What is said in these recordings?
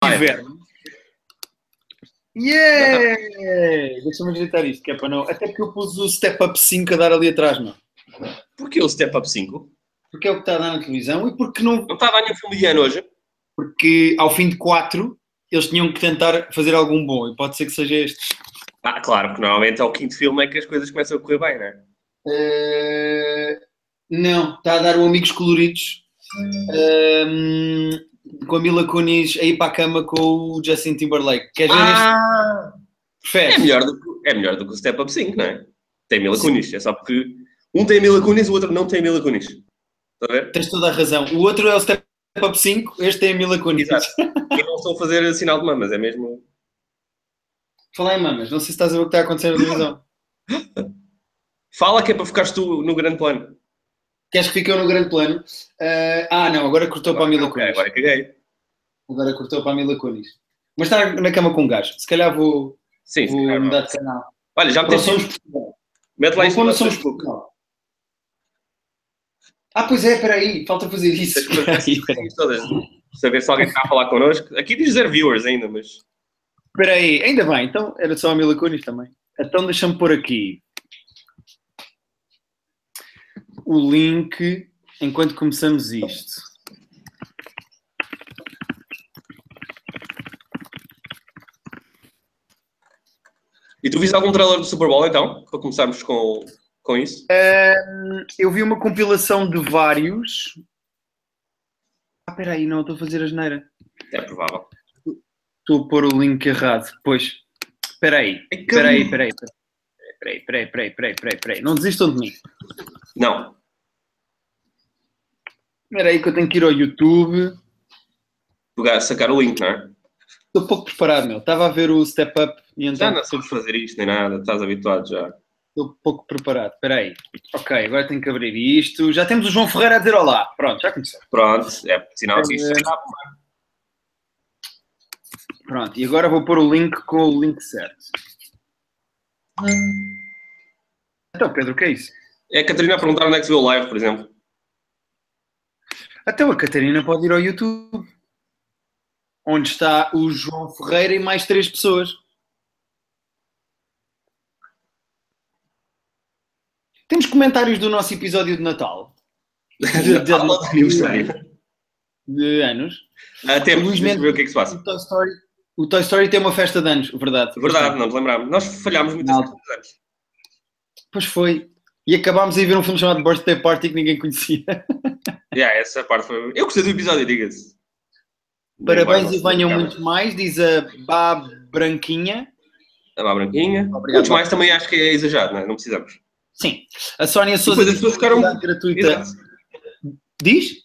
Ah, é. governo. Yeah! Deixa-me ajeitar isto, que é para não. Até porque eu pus o Step Up 5 a dar ali atrás, não. Porquê o Step Up 5? Porque é o que está a dar na televisão e porque não. Não estava nenhum um filme de ano hoje? Porque ao fim de 4 eles tinham que tentar fazer algum bom e pode ser que seja este. Ah, claro, porque normalmente ao quinto filme é que as coisas começam a correr bem, não é? Eh, não, está a dar o Amigos Coloridos ehm, com a Mila Kunis a ir para a cama com o Justin Timberlake. é Quer ver este? Ah! É Prefere? melhor, do que, é melhor do que o Step Up 5, não é? Tem Mila Kunis, é só porque um tem Mila Kunis, o outro não tem Mila Kunis. Está a ver? Tens toda a razão. O outro é o Step Up 5, este é a Mila Kunis. Exato. E não estou a fazer sinal de mamas, é mesmo... Falar em mamas, não sei se estás a ver o que está a acontecer na televisão. Fala que é para ficares tu no grande plano. Queres que fique eu no grande plano? Eh, ah, não, agora cortou para a Mila Ok, Kunis. É, Agora caguei. Agora cortou para a Mila Kunis. Mas está na cama com um gajo. Se calhar vou, Sim, vou se calhar não. mudar de canal. Olha, já Não meteste... somos Portugal. Mete lá em Não cima. quando somos Portugal. Ah, pois é, peraí, falta fazer isso. Essas coisas, essas coisinhas todas. Saber se alguém está a falar connosco. Aqui diz zero viewers ainda, mas... Peraí, ainda bem, então era só a Mila Kunis também. Então deixa-me pôr aqui o link enquanto começamos isto. E tu viste algum trailer do Super Bowl então? Para começarmos com, com isso? Ahm, eu vi uma compilação de vários. Ah, peraí, não, estou a fazer asneira. É provável. Estou a pôr o link errado. Pois. Espera aí. Ai, Espera aí, caramba. espera aí. Espera aí, espera aí, espera aí, espera aí, espera aí, espera aí. Não desistam de mim. Não. Espera aí que eu tenho que ir ao YouTube. Tu ga- sacar o link, não é? Estou pouco preparado, meu. Estava a ver o Step Up e Já então não sabes fazer isto nem nada, estás habituado já. estou pouco preparado. Espera aí. Ok, agora tenho que abrir isto. Já temos o João Ferreira a dizer olá. Pronto, já começou. Pronto, é sinal que isto É. está Pronto, e agora vou pôr o link com o link certo. Então, Pedro, o que é isso? É a Catarina a perguntar onde é que se vê o live, por exemplo. Até Então, a Catarina pode ir ao YouTube, onde está o João Ferreira e mais três pessoas. Temos comentários do nosso episódio de Natal, De- de- Fala do aniversário. de anos. Até Luís Luís Mendes. ver o que é que se passa. O Toy Story, o Toy Story tem uma festa de anos, verdade. Verdade, não nos lembrámos. Nós falhámos assim. muitas Não. vezes. Pois foi. E acabámos a ver um filme chamado Birthday Party que ninguém conhecia. Yeah, essa parte foi. Eu gostei do episódio, diga-se. Parabéns e Bem, vai, venham vai. muito mais, diz a Bá Branquinha. A lá branquinha. Obrigado. Muitos mais também acho que é exagerado, não é? Não precisamos. Sim. A Sónia Souza Depois as pessoas ficaram- gratuita. Exato. Diz?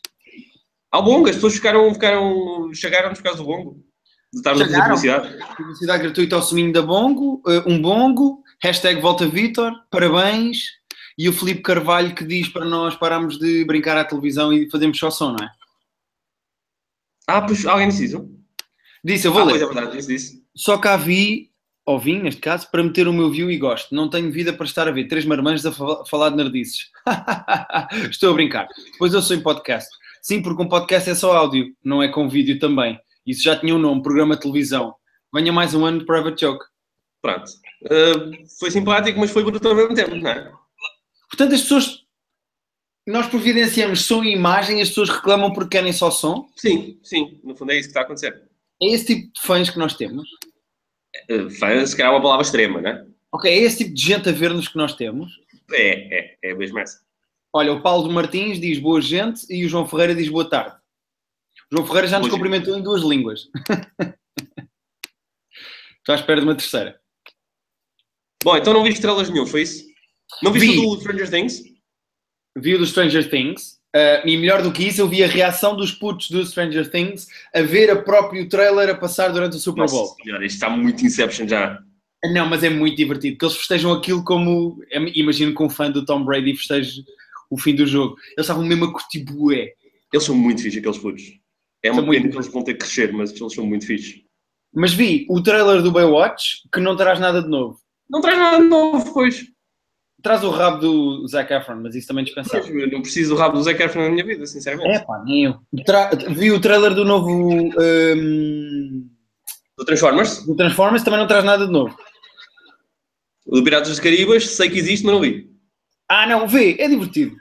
Ao bongo, as pessoas ficaram, ficaram chegaram por causa do bongo. De estarmos a fazer Chegaram. publicidade. Publicidade gratuita ao suminho da Bongo, eh, um Bongo, hashtag Volta Vitor, parabéns. E o Filipe Carvalho que diz para nós pararmos de brincar à televisão e fazermos só som, não é? Ah, pois alguém disse isso? Disse, eu vou Ah, ler. pois é verdade, disse isso. Só cá vi, ou vim neste caso, para meter o meu view e gosto. Não tenho vida para estar a ver três marmanjos a fa- falar de nerdices. Estou a brincar. Depois eu sou em podcast. Sim, porque um podcast é só áudio, não é com vídeo também. Isso já tinha um nome, programa de televisão. Venha mais um ano de Private Joke. Pronto. Ah, foi simpático, mas foi brutal ao mesmo tempo, não é? Portanto, as pessoas. Nós providenciamos som e imagem, as pessoas reclamam porque querem só som. Sim, sim. No fundo é isso que está a acontecer. É esse tipo de fãs que nós temos. Ah, fã, se calhar é uma palavra extrema, não é? Ok, é esse tipo de gente a ver-nos que nós temos. É, é, é mesmo essa. Olha, o Paulo Martins diz boa gente e o João Ferreira diz boa tarde. O João Ferreira já nos Boa gente. cumprimentou em duas línguas. Estou à espera de uma terceira. Bom, então não vi estrelas nenhum, foi isso? Não viste Vi. o do Stranger Things? Vi o do Stranger Things. ah, e melhor do que isso, eu vi a reação dos putos do Stranger Things a ver a próprio trailer a passar durante o Super Nossa Bowl. senhora, isto está muito Inception já. Não, mas é muito divertido, porque eles festejam aquilo como. Imagino que um fã do Tom Brady festeje o fim do jogo. Eles estavam mesmo a curtir bué. Eles são muito fixos, aqueles putos. É uma São muito pena que eles vão ter que crescer, mas eles são muito fixos. Mas vi o trailer do Baywatch, que não traz nada de novo. Não traz nada de novo, pois. Traz o rabo do Zac Efron, mas isso também Sabes, dispensava. eu não preciso do rabo do Zac Efron na É. minha vida, sinceramente. pá, nem eu. Tra- Vi o trailer do novo. hum, do Transformers. O Transformers também não traz nada de novo. O do Piratas dos Caribas, sei que existe, mas não vi. Ah, não, vê, é divertido.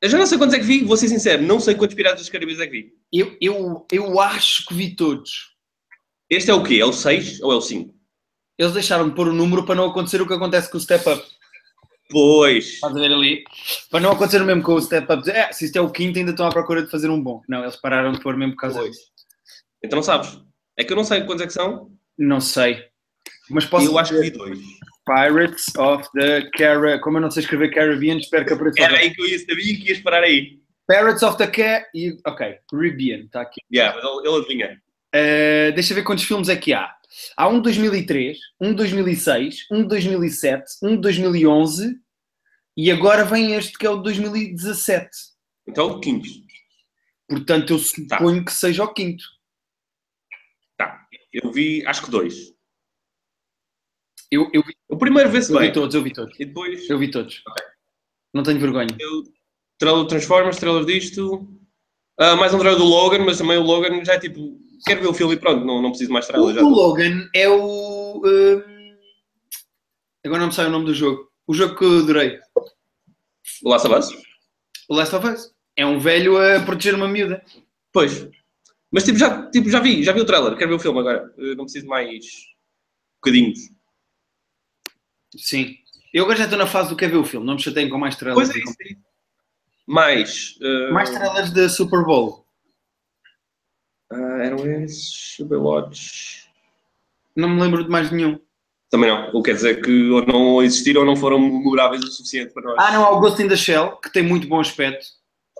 Eu já não sei quantos é que vi, vou ser sincero, não sei quantos Piratas dos Caribas é que vi. Eu, eu, eu acho que vi todos. Este é o quê? É o 6 ou é o 5? Eles deixaram de pôr o número para não acontecer o que acontece com o Step Up. Pois. Estás a ver ali? Para não acontecer o mesmo com o Step Up. dizer, É, se isto é o quinto, ainda estão à procura de fazer um bom. Não, eles pararam de pôr mesmo por causa disso. Então não sabes. É que eu não sei quantos é que são. Não sei. Mas posso. eu acho que vi dois. Pirates of the Caribbean. Como eu não sei escrever Caribbean, espero que apareça. Era aí que eu ia, sabia que ias parar aí. Pirates of the Ca... e- Ok, Caribbean, está aqui. Yeah, mas ele, ele adivinha. Uh, deixa eu ver quantos filmes é que há. Há um de 2003, um de 2006, um de 2007, um de 2011 e agora vem este que é o de 2017. Então, 15. Portanto, eu suponho que seja o quinto. Tá. Eu vi, acho que dois. Eu, eu vi, O primeiro vê-se eu vi bem. todos, eu vi todos. E depois Eu vi todos. Não tenho vergonha. eu trailer do Transformers, trailer disto. Ah, mais um trailer do Logan, mas também o Logan já é tipo. Quero ver o filme e pronto, não, não preciso de mais O, trailer. Já. o Logan é o. hum, agora não me sai o nome do jogo. O jogo que eu adorei. O Last of Us? O Last of Us. É um velho a proteger uma miúda. Pois. Mas tipo já, tipo, já vi, já vi o trailer, quero ver o filme agora. Eh, Não preciso de mais bocadinhos. Sim. Eu agora já estou na fase do que é ver o filme. Não me chateiem com mais trailers. Pois é isso aí. Mais. eh, Mais trailers da Super Bowl. ah, eram esses. Superwatch. Não me lembro de mais nenhum. Também não. O que quer dizer que ou não existiram ou não foram memoráveis o suficiente para nós. Ah, não, há o Ghost in the Shell, que tem muito bom aspecto.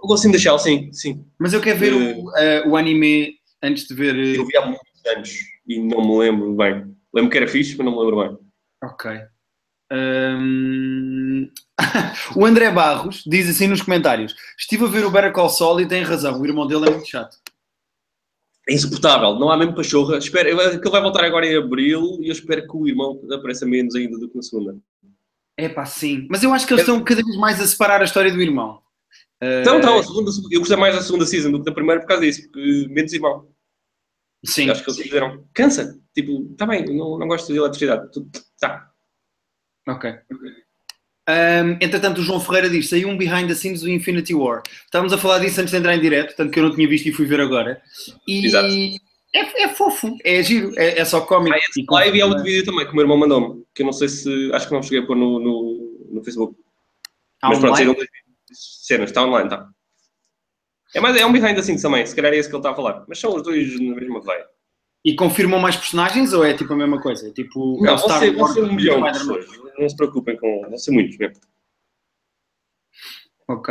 O Ghost in the Shell, sim, sim. Mas eu quero ver o, eh, o anime antes de ver. eh, Eu vi há muitos anos e não me lembro bem. Lembro que era fixe, mas não me lembro bem. Ok. Hum, o André Barros diz assim nos comentários: Estive a ver o Better Call Saul e tem razão, o irmão dele é muito chato. É insuportável, não há mesmo pachorra. Espero, eu- que ele vai voltar agora em abril e eu espero que o irmão apareça menos ainda do que na segunda. É pá, sim. Mas eu acho que eles estão cada vez mais a separar a história do irmão. Eh, Então, então, a segunda, eu gostei mais da segunda season do que da primeira por causa disso, porque menos irmão. Sim. Acho que eles fizeram. Cansa, tipo, está bem, eu não, não gosto de eletricidade. Tu- Tá. Ok. Hum, entretanto, o João Ferreira diz: saiu um behind the scenes do Infinity War. Estávamos a falar disso antes de entrar em direto, tanto que eu não tinha visto e fui ver agora. E Exato. É, é fofo, é giro, é, é só cómico. E com- Live e há outro vídeo também que o meu irmão mandou-me, que eu não sei se. Acho que não cheguei a pôr no, no, no Facebook. Há Mas um pronto, like. saíram dois vídeos. cenas, está online, tá. É, mais, é um behind assim também, se calhar é esse que ele está a falar. Mas são os dois na mesma veia. E confirmam mais personagens ou é tipo a mesma coisa? É tipo. é Não, o vão Star ser, vão Wars ser um do milhão de Spider-Man. pessoas. Não se preocupem com. Vão ser muitos mesmo. Ok.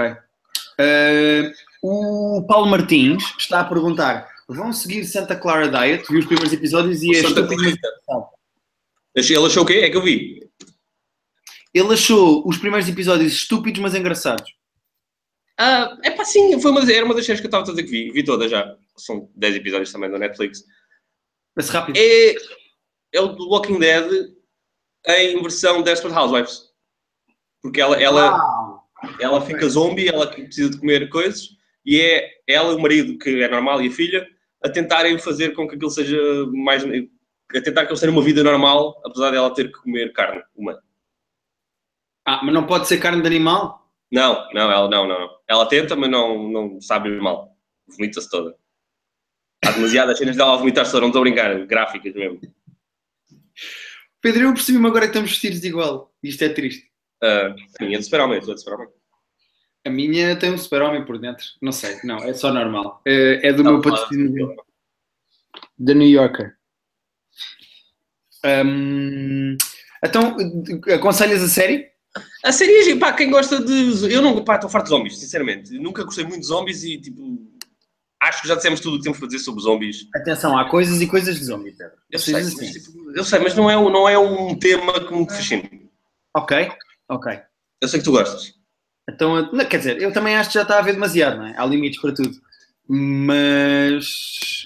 Eh, o Paulo Martins está a perguntar: vão seguir Santa Clara Diet? Vi os primeiros episódios e O é Santa estúpido, mas- Achei- Ele achou o quê? É que eu vi. Ele achou os primeiros episódios estúpidos, mas engraçados. Ah, é pá, sim, foi uma, das- era uma das séries que eu estava a dizer que vi. Vi toda já. São 10 episódios também da Netflix. Passa rápido. É, é o do Walking Dead em versão Desperate Housewives. Porque ela, ela, Uau. ela fica zombie, ela que precisa de comer coisas, e é ela e o marido, que é normal, e a filha, a tentarem fazer com que aquilo seja mais. a tentar que eles tenham uma vida normal, apesar dela ter que comer carne humana. Ah, mas não pode ser carne de animal? Não, não, ela não, não. Ela tenta, mas não, não sabe mal. Vomita-se toda. Há demasiadas cenas dela a vomitar toda, não estou a brincar, gráficas mesmo. Pedro, eu percebi-me agora que estamos vestidos de igual. Isto é triste. Ah, sim, é de esperar mesmo, é de esperar mesmo. A minha tem um super-homem por dentro. Não sei, não, é só normal. Eh, é do meu Tá, patrocínio. da New Yorker. Hum, então, aconselhas a série? A série é gira, pá, quem gosta de. Eu não, pá, estou farto de zombies, sinceramente. Nunca gostei muito de zombies e, tipo. Acho que já dissemos tudo o que temos para dizer sobre zombies. Atenção, há coisas e coisas de zombies. Pedro. Eu sei, Vocês mas, dizem. tipo, eu sei, mas não é, um- não é um tema que me fascina. Ok, ok. Eu sei que tu gostas. Então, eu- não, quer dizer, eu também acho que já está a haver demasiado, não é? Há limites para tudo. Mas.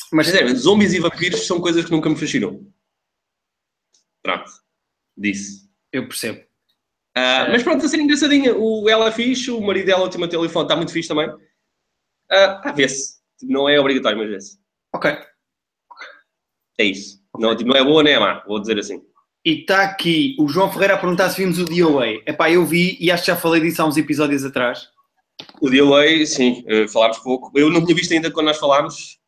Mas, Mas sinceramente, zombies e vampiros são coisas que nunca me fascinam. Pronto. Disse. eu percebo. Ah, mas pronto, a ser engraçadinha. O, ela é fixe, o marido dela tem o telefone, está muito fixe também. Ah, ah, vê-se. Não é obrigatório, mas vê-se. Ok. Ok. É isso. Não, tipo, não é boa nem é má, vou dizer assim. E está aqui o João Ferreira a perguntar se vimos o DOA. Epá, eu vi e acho que já falei disso há uns episódios atrás. O DOA, sim, eh, falámos pouco. Eu não tinha visto ainda quando nós falámos.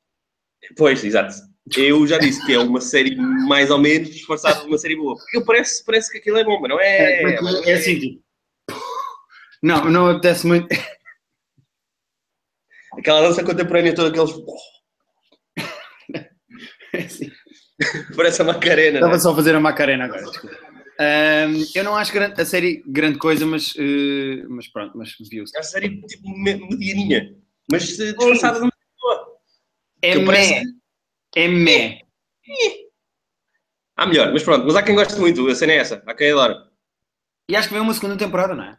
Pois, exato. Eu já disse que é uma série mais ou menos disfarçada de uma série boa. Porque eu parece, parece que aquilo é bom, mas não é. É, como é que- é assim, tipo... Não, não apetece muito. Aquela dança contemporânea toda, aqueles. É assim. Parece a Macarena. Estava Né? só a fazer a Macarena agora, desculpa. Ahm, eu não acho grande- a série grande coisa, mas, eh, mas pronto, mas viu-se. É uma série tipo me- medianinha, mas eh, disfarçada de uma série boa. É Que meh, parece- é meh. Há Ah, melhor, mas pronto. Mas há quem goste muito, a cena é essa. Há quem adora. E acho que vem uma segunda temporada, não é?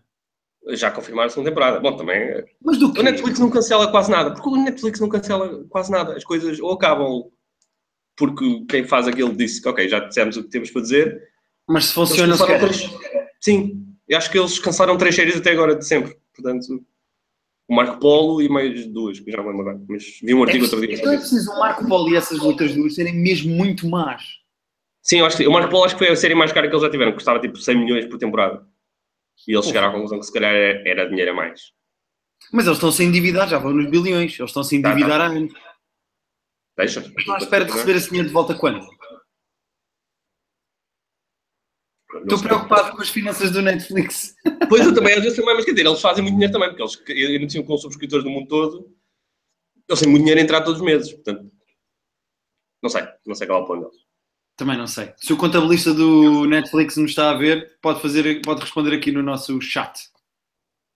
Já confirmaram a segunda temporada. Bom, também eh, Mas do que? O Netflix não cancela quase nada, porque o Netflix não cancela quase nada. As coisas ou acabam porque quem faz aquilo disse que, ok, já dissemos o que temos para dizer. Mas se Eles funciona, se cancelaram calhar. três- Sim, eu acho que eles cancelaram três séries até agora de sempre. Portanto, o Marco Polo e mais duas, que já não lembro agora. Mas vi um É artigo outro dia. preciso, é preciso o Marco Polo e essas outras duas serem mesmo muito más. Sim, eu acho que, o Marco Polo acho que foi a série mais cara que eles já tiveram, que custava tipo 100 milhões por temporada. E eles chegaram à conclusão que se calhar era, era dinheiro a mais. Mas eles estão sem endividar, já vão nos bilhões. Eles estão sem Tá, tá. endividar há anos. Deixa. Estão à espera de receber esse dinheiro de volta quando? Não Estou sei. preocupado com as finanças do Netflix. Pois eu também, às vezes também, mas quer dizer, eles fazem muito dinheiro também, porque eles eu anunciam com subscritores do mundo todo, eles têm muito dinheiro a entrar todos os meses, portanto. Não sei, não sei qual é o plano deles. Também não sei. Se o contabilista do Netflix nos está a ver, pode, fazer, pode responder aqui no nosso chat.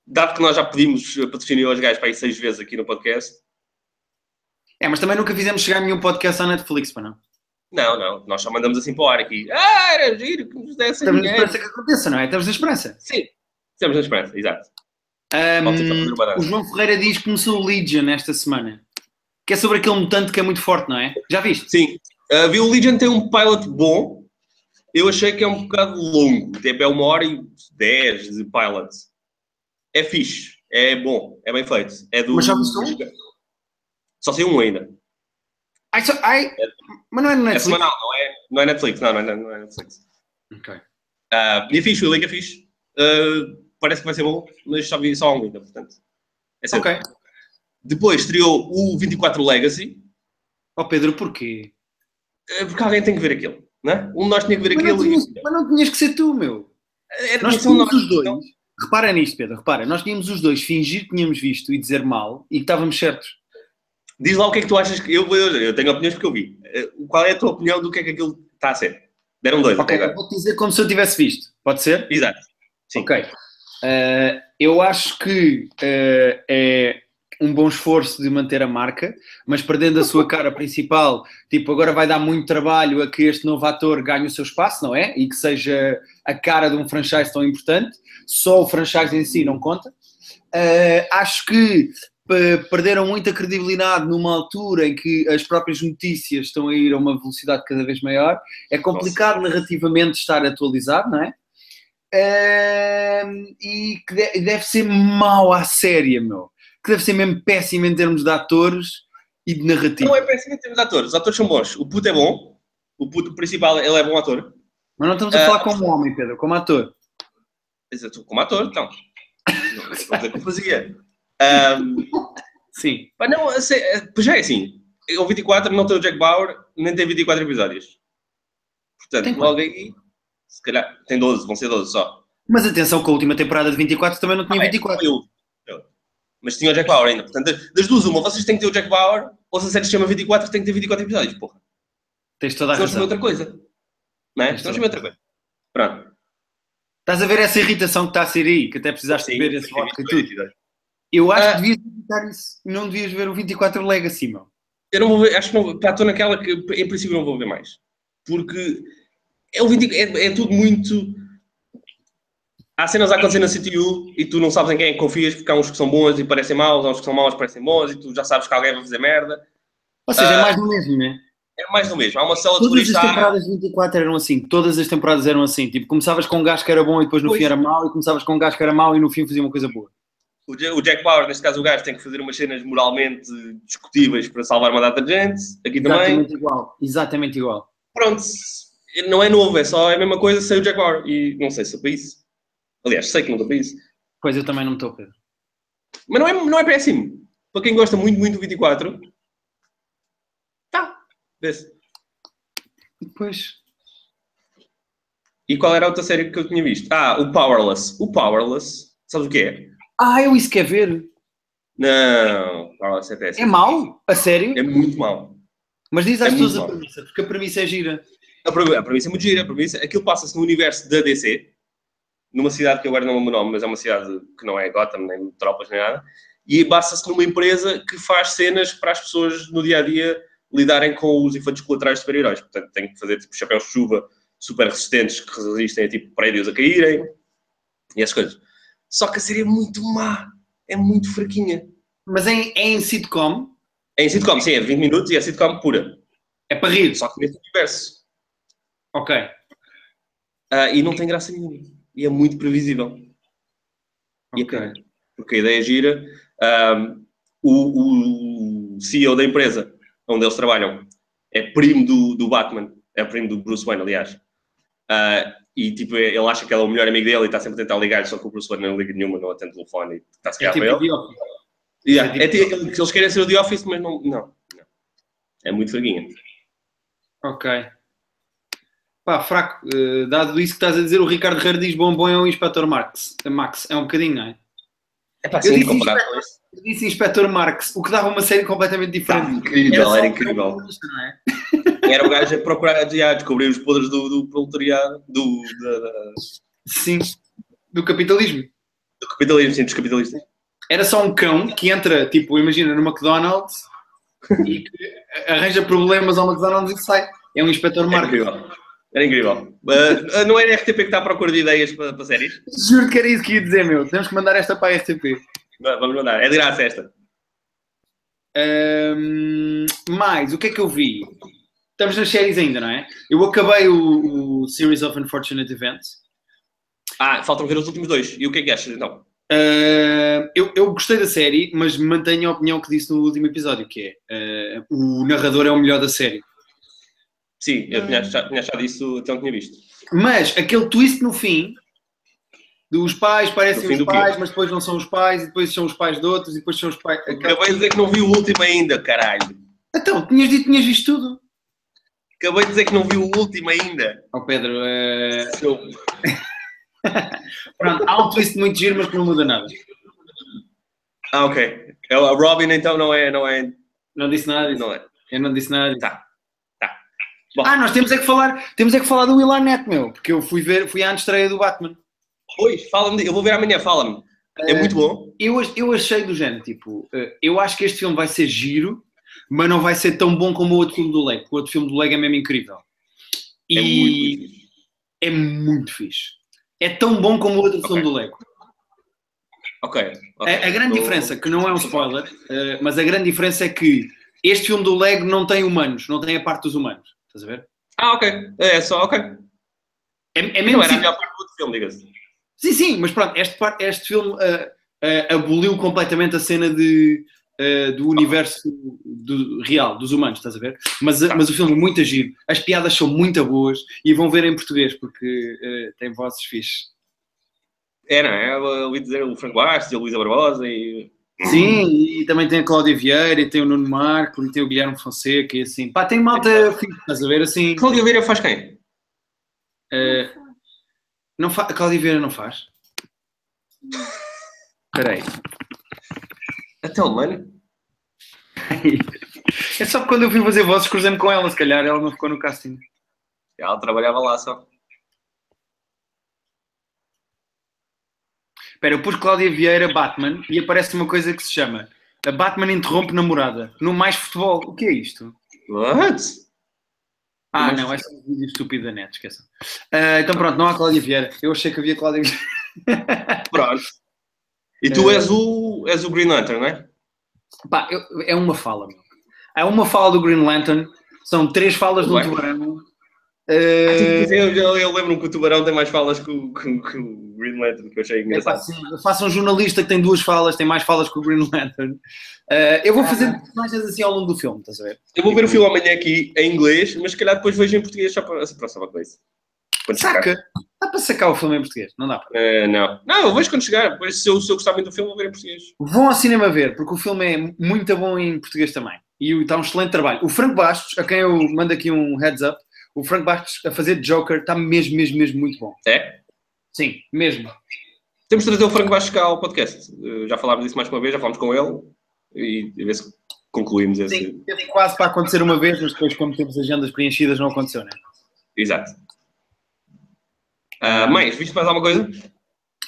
Dado que nós já pedimos eh, patrocínio aos gajos para aí seis vezes aqui no podcast, É, mas também nunca fizemos chegar nenhum podcast à Netflix, para não. não, não, nós só mandamos assim para o ar aqui. Ah, era giro que nos dessem Estamos na dinheiro. esperança que aconteça, não é? Estamos na esperança. Sim, estamos na esperança, exato. Ahm, Falta só fazer um o o balanço. João Ferreira diz que começou o Legion esta semana. Que é sobre aquele mutante que é muito forte, não é? Já viste? Sim, a uh, Legion tem um pilot bom, eu achei que é um bocado longo, tipo é uma hora e dez de pilot. É fixe, é bom, é bem feito. É do, Mas já viste um? Só tem um ainda. Ai, só- ai, mas não é no É Netflix. semanal, não é, não é Netflix, não, não é, não é Netflix. Ok. Ah, e é fixe, o link é fixe. Ah, parece que vai ser bom, mas só vi só um ainda, portanto. É certo. Ok. Depois estreou o 24 Legacy, Ó Oh, Pedro, porquê? ah, porque alguém tem que ver aquilo, não é? Um de nós tinha que ver Mas não, aquilo e- tinhas, mas não tinhas que ser tu, meu. Era Nós para ser um tínhamos os dois. então. Repara nisto, Pedro, repara. Nós tínhamos os dois fingir que tínhamos visto e dizer mal e que estávamos certos. Diz lá o que é que tu achas que. Eu, eu, eu tenho opiniões porque eu vi. Eh, Qual é a tua opinião do que é que aquilo está a ser? Deram dois até Ok, agora. vou te dizer como se É, eu tivesse visto. Pode ser? Exato. Sim. Ok. Eh, eu acho que eh, é um bom esforço de manter a marca, mas perdendo a sua cara principal, tipo, agora vai dar muito trabalho a que este novo ator ganhe o seu espaço, não é? E que seja a cara de um franchise tão importante. Só o franchise em si não conta. Eh, acho que eh, perderam muita credibilidade numa altura em que as próprias notícias estão a ir a uma velocidade cada vez maior. É complicado narrativamente estar atualizado, não é? Ahm, e que de- deve ser mau à séria, meu. Que deve ser mesmo péssimo em termos de atores e de narrativa. Não é péssimo em termos de atores. Os atores são bons. O puto é bom. O puto principal, ele é bom ator. Mas não estamos a Ah. falar como homem, Pedro, como ator. Exato. Como ator, então. Não vou dizer que eu fazia. Ahm, Sim. mas não, a sé- eh, pois já é assim. O 24 não tem o Jack Bauer, nem tem 24 episódios. Portanto, Tem logo aí, se calhar, tem 12, vão ser 12 só. Mas atenção que a última temporada de 24 também não tinha Ah, é, 24. Eu. Eu. Mas tinha o Jack Bauer ainda. Portanto, das duas, uma, vocês têm que ter o Jack Bauer, ou se a série se chama 24, tem que ter 24 episódios, porra. Tens toda a Senão chama razão. outra coisa. Não é? Tens Senão toda chama outra coisa. Pronto. Estás a ver essa irritação que está a ser aí, que até precisaste Sim, de ver esse tem vodka e 24 tudo. episódios. Eu acho Ah. que devias evitar isso. Não devias ver o 24 Legacy, meu. Eu não vou ver, acho que não, pá, estou naquela que em princípio não vou ver mais. Porque é, o 20 é, é tudo muito. Há cenas a acontecer na CTU e tu não sabes em quem é que confias, porque há uns que são bons e parecem maus, há uns que são maus e parecem bons, e tu já sabes que alguém vai fazer merda. Ou seja, é Ah. mais do mesmo, né? É mais do mesmo. Há uma cela de Todas turista. as há- temporadas de 24 eram assim, todas as temporadas eram assim. Tipo, começavas com um gajo que era bom e depois no Pois. fim era mau, e começavas com um gajo que era mau e no fim fazia uma coisa boa. O Ja- o Jack Bauer, neste caso o gajo, tem que fazer umas cenas moralmente discutíveis para salvar uma data de gente. Aqui também. Exatamente igual. Exatamente igual. Pronto, não é novo, é só a mesma coisa sem o Jack Bauer. E não sei se é para isso. Aliás, sei que nunca para isso. Pois eu também não me estou, Pedro. Mas não é, não é péssimo. Para quem gosta muito, muito do 24, tá. Vê-se. Pois. E qual era a outra série que eu tinha visto? Ah, o Powerless. O Powerless, sabes o que é? Ah, eu isso quer ver. Não, Powerless é É péssimo. mau? A sério? É muito mau. Mas diz é às muito pessoas a mau. premissa, porque a premissa é gira. A premi- a premissa é muito gira. A premissa, aquilo passa-se no universo da DC, numa cidade que eu agora não lembro o nome, mas é uma cidade que não é Gotham, nem tropas, nem nada. E passa-se numa empresa que faz cenas para as pessoas no dia a dia lidarem com os efeitos colaterais de super-heróis. Portanto, tem que fazer tipo chapéus de chuva super resistentes que resistem a tipo prédios a caírem e essas coisas. Só que a série é muito má, é muito fraquinha. Mas é, em- é em sitcom, É em sitcom, sim, é 20 minutos e é sitcom pura. é para rir. Só que nesse universo. Ok. Ah, e não tem graça nenhuma. E é muito previsível. E é Ok. pena, Porque a ideia é gira. ahm, o, o CEO da empresa onde eles trabalham é primo do, do Batman, é primo do Bruce Wayne, aliás. Ah, e tipo, ele acha que ela é o melhor amigo dele e está sempre a tentar ligar, só que o Bruce Wayne não liga nenhuma, não atende o telefone e está a se É cagar tipo para ele. The Office. Yeah, é É tipo- tipo aquele que eles querem ser o The Office, mas não. não, não. É muito fraguinha. Ok. Pá, fraco. Eh, dado isso que estás a dizer, o Ricardo Herrera diz bom, bom é o Inspector Marx. Max, é um bocadinho, não é? É pá, Eu disse sim, comparado com isso. Eu disse Inspector Marx, o que dava uma série completamente Tá, diferente. incrível, só era um incrível. protagonista, não é? Era o gajo a procurar, a descobrir os podres do, do proletariado, do, da- da- Sim. Do capitalismo. do capitalismo, sim, dos capitalistas. Era só um cão que entra, tipo, imagina, no McDonald's e que arranja problemas ao McDonald's e sai. É um Inspector Era Marx. incrível. Era incrível. Ah, ah, não era a RTP que está à procura de ideias para, para séries? Juro que era isso que ia dizer, meu. Temos que mandar esta para a RTP. Vá, Vamos mandar. É de graça esta. Ahm, mais, o que é que eu vi? Estamos nas séries ainda, não é? Eu acabei o, o Series of Unfortunate Events. Ah, faltam ver os últimos dois. E o que é que achas então? Ahm, eu, eu gostei da série, mas mantenho a opinião que disse no último episódio, que é ah, o narrador é o melhor da série. Sim, eu tinha achado, tinha achado isso até não tinha visto. Mas aquele twist no fim dos pais No parecem fim os do quê? pais, mas depois não são os pais, e depois são os pais de outros, e depois são os pais. Acabei de dizer que não vi o último ainda, caralho. Então, tinhas dito, tinhas visto tudo. Acabei de dizer que não vi o último ainda. Ó Pedro, ah, Seu- pronto, há um twist muito giro, mas que não muda nada. Ah, ok. É o- A Robin então não é. Não é. Não disse nada disso. Não é. Eu não disse nada disso. Tá. Tá. Bom. Ah, nós temos é que falar, temos é que falar do Will Arnett, meu, porque eu fui ver, fui à estreia do Batman. Pois, fala-me. de- Eu vou ver amanhã, fala-me. É muito bom. Eu, ach- eu achei do género, tipo, eh, eu acho que este filme vai ser giro, mas não vai ser tão bom como o outro filme do Lego, porque o outro filme do Lego é mesmo incrível. E É muito, muito fixe. é muito fixe. É tão bom como o outro filme Ok. do Lego. Ok. ok. A, a grande Vou- diferença, que não é um spoiler, eh, mas a grande diferença é que este filme do Lego não tem humanos, não tem a parte dos humanos. Estás a ver? Ah, ok. É só, ok. É, é Não mesmo era a sim, melhor parte do outro filme, diga-se. sim, sim, mas pronto, este, par- este filme eh, eh, aboliu completamente a cena de, eh, do universo do- real, dos humanos, estás a ver? Mas, Tá. mas o filme é muito giro, as piadas são muito boas e vão ver em português porque eh, tem vozes fixes. É, não é? Eu ouvi dizer o Franco Bastos e a Luísa Barbosa e... Sim, e também tem a Cláudia Vieira, e tem o Nuno Marco, e tem o Guilherme Fonseca, e assim. Pá, tem malta fixe, estás a ver? Assim, Cláudia Vieira faz quem? eh, não fa... a Cláudia Vieira não faz? Espera aí. Até o Mano. É só que quando eu fui fazer vozes, cruzei-me com ela, se calhar ela não ficou no casting. Ela trabalhava lá só. Espera, eu pus Cláudia Vieira Batman e aparece uma coisa que se chama A Batman Interrompe Namorada, no Mais Futebol. O que é isto? What? Ah, Mais não, é só um vídeo estúpido da net, esqueçam. Ah, então pronto, não há Cláudia Vieira. Eu achei que havia Cláudia Vieira. Pronto. E tu É. és o, és o Green Lantern, não é? Pá, eu- é uma fala, meu. Há uma fala do Green Lantern, são três falas de um Ué. Ah, tipo, tubarão. Eh, Eu, eu- eu lembro-me que o Tubarão tem mais falas que o, que o- que o Green Lantern, que eu achei epá, engraçado. sim, faça um jornalista que tem duas falas, tem mais falas que o Green Lantern. Eh, Ah, eu vou fazendo personagens assim ao longo do filme, estás a ver? Eu vou ver o filme amanhã aqui em inglês, mas se calhar depois vejo em português só para a próxima coisa. Quando chegar. Saca! Dá para sacar o filme em português, não dá para. Eh, não. Não, eu vejo quando chegar. Depois, se, eu, se eu gostar muito do filme, eu vou ver em português. Vão ao cinema ver, porque o filme é muito bom em português também. E o- está um excelente trabalho. O Franco Bastos, a quem eu mando aqui um heads up, o Franco Bastos a fazer Joker está mesmo, mesmo, mesmo muito bom. É? Sim, mesmo. Temos de trazer o Franco Bastos cá ao podcast. Eh, já falámos disso mais uma vez, já falámos com ele. E e ver se concluímos esse. Sim, teve quase para acontecer uma vez, mas depois, como temos agendas preenchidas, não aconteceu, né? Exato. Ah, mais, viste mais alguma coisa?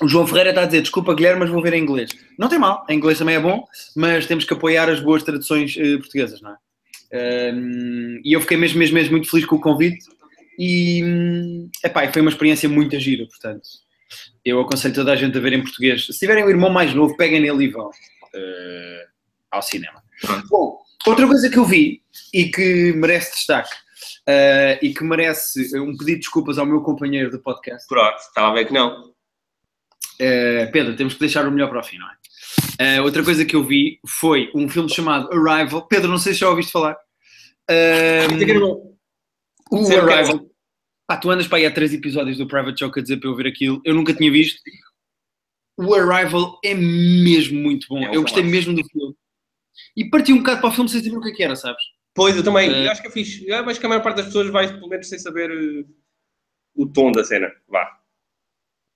O João Ferreira está a dizer, desculpa Guilherme, mas vou ver em inglês. Não tem mal, em inglês também é bom, mas temos que apoiar as boas traduções eh, portuguesas, não é? Hum, e eu fiquei mesmo, mesmo, mesmo muito feliz com o convite e, hum, epá, e foi uma experiência muito gira, portanto. Eu aconselho toda a gente a ver em português. Se tiverem um irmão mais novo, peguem nele e vão eh, ao cinema. Pronto. Bom, outra coisa que eu vi e que merece destaque eh, e que merece um pedido de desculpas ao meu companheiro de podcast, Pronto, estava a ver que não. Uh, Pedro, temos que deixar o melhor para o fim, não é? Uh, outra coisa que eu vi foi um filme chamado Arrival. Pedro, não sei se já ouviste falar. Até que um- era Uh, bom. o Sim, eu quero- Arrival. Pá, tu andas para aí há três episódios do Private Joke a dizer para eu ver aquilo. Eu nunca tinha visto. O Arrival é mesmo muito bom. É um eu gostei filme. mesmo do filme. E parti um bocado para o filme sem saber o que é que era, sabes? Pois, eu também. Eh. Eu acho que é fixe. Eu acho que a maior parte das pessoas vai, pelo menos, sem saber eh, o tom da cena. Vá.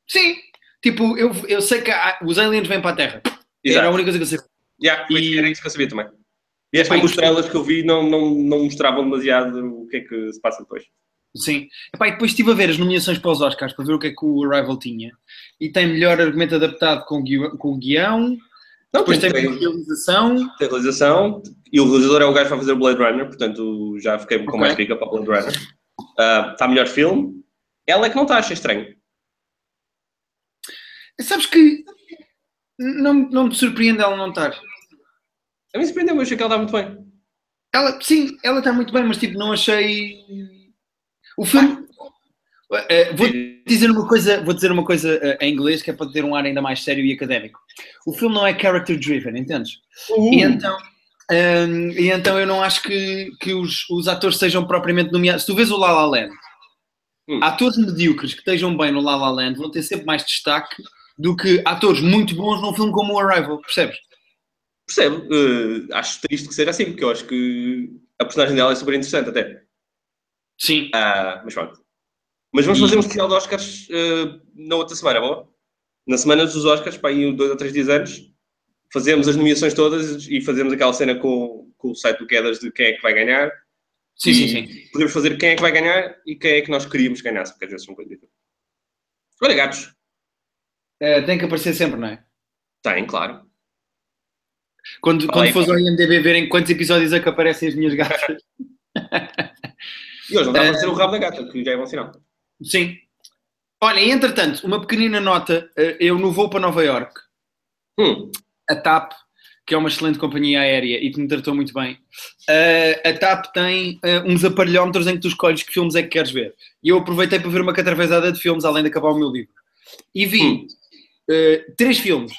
Sim. Tipo, eu, eu sei que há- os aliens vêm para a Terra. Era a Exato. única coisa que eu sei. Yeah, pois, E- Era isso que eu sabia também. E as Epá, como e- estrelas que eu vi não, não, não mostravam demasiado o que é que se passa depois. Sim. Epá, e depois estive a ver as nomeações para os Oscars para ver o que é que o Arrival tinha. E tem melhor argumento adaptado com guião, com guião Não, depois um tem tem, melhor tem, realização. tem realização. E o realizador é o gajo que vai fazer o Blade Runner, portanto já fiquei com Ok. mais pica para o Blade Runner. Ah, Está melhor filme. Ela é que não está, achei estranho. Sabes que não, não me surpreende ela não estar. A mim surpreendeu, eu achei que ela está muito bem. Ela, sim, ela está muito bem, mas tipo, não achei. O filme. Eh, vou dizer uma coisa, vou dizer uma coisa eh, em inglês que é para ter um ar ainda mais sério e académico. O filme não é character driven, entendes? E então, hum, e então eu não acho que, que os, os atores sejam propriamente nomeados. Se tu vês o La La Land, Hum. atores medíocres que estejam bem no La La Land vão ter sempre mais destaque do que atores muito bons num filme como o Arrival, percebes? Percebo. eh, acho triste que seja assim, porque eu acho que a personagem dela é super interessante até. Sim. Ah, mas pronto. Mas vamos E- fazer um especial de Oscars eh, na outra semana, boa? Na semana dos Oscars, para aí um, dois ou três dias antes, fazemos as nomeações todas e fazemos aquela cena com, com o site do Quedas de quem é que vai ganhar. Sim, e sim, sim. Podemos fazer quem é que vai ganhar e quem é que nós queríamos que ganhasse, porque às vezes são coisas diferentes. Olha, gatos. Eh, tem que aparecer sempre, não é? Tem, claro. Quando, Fala quando aí, fores ao IMDB verem quantos episódios é que aparecem as minhas gatas. E hoje não dá Eh, para ser o rabo da gata, que já é bom sinal. Sim. Olha, e entretanto, uma pequenina nota. eh, Eu no voo para Nova Iorque, Hum, a TAP, que é uma excelente companhia aérea e que me tratou muito bem, eh, a TAP tem eh, uns aparelhómetros em que tu escolhes que filmes é que queres ver. E eu aproveitei para ver uma catravezada de filmes, além de acabar o meu livro. E vi Hum. eh, três filmes.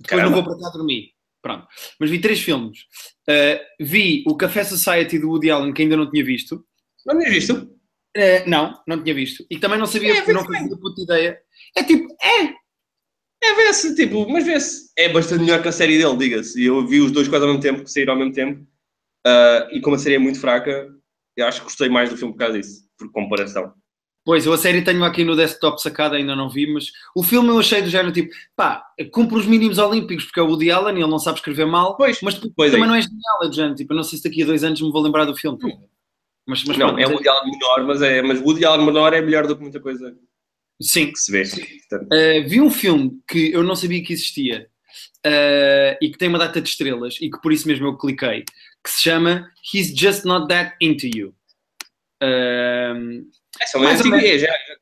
Depois Caramba. não vou para cá dormir. Pronto. Mas vi três filmes. Eh, vi o Café Society do Woody Allen, que ainda não tinha visto. não me visto? Eh, não, não tinha visto. E também não sabia, É, vê-se não fazia puta ideia. É tipo, é, É, vê-se, tipo, mas vê-se. É bastante melhor que a série dele, diga-se. E Eu vi os dois quase ao mesmo tempo, que saíram ao mesmo tempo. Ah, e como a série é muito fraca, eu acho que gostei mais do filme por causa disso, por comparação. Pois, eu a série tenho aqui no desktop sacada, ainda não vi, mas o filme eu achei do género tipo, pá, cumpre os mínimos olímpicos, porque é o Woody Allen e ele não sabe escrever mal, Pois, mas depois pois é. também não é genial, é do género tipo, eu não sei se daqui a dois anos me vou lembrar do filme. Mas, mas não, pronto, é um Woody Allen menor, mas é. Mas Woody Allen menor é melhor do que muita coisa Sim. que se vê. Portanto, Uh, vi um filme que eu não sabia que existia uh, e que tem uma data de estrelas e que por isso mesmo eu cliquei, que se chama He's Just Not That Into You. Um, é só uma Mais ou antiga, é, já. já-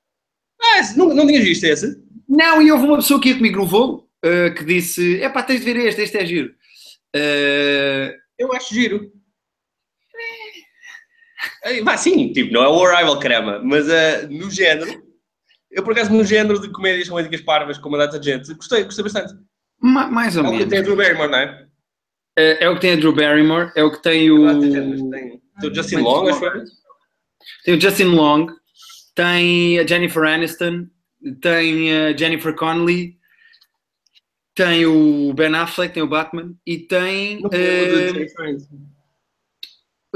Ah, esse- não, não tinhas visto esse? Não, e houve uma pessoa que ia comigo no voo uh, que disse: é pá, tens de ver este, este é giro. Uh, Eu acho giro. Eh, Vá, sim, tipo, não é o Arrival crema, mas eh, no género, eu por acaso no género de comédias românticas parvas com uma data de gente, gostei, gostei bastante. Ma- mais É ou o que menos. tem a Drew Barrymore, não é? É, é o que tem a Drew Barrymore, é o que tem o. Uma data de gente, mas Tem tem o Justin Long, acho eu. Tem o Justin Long, tem a Jennifer Aniston, tem a Jennifer Connelly, tem o Ben Affleck, tem o Batman e tem. Não foi eh, o de Jennifer Aniston.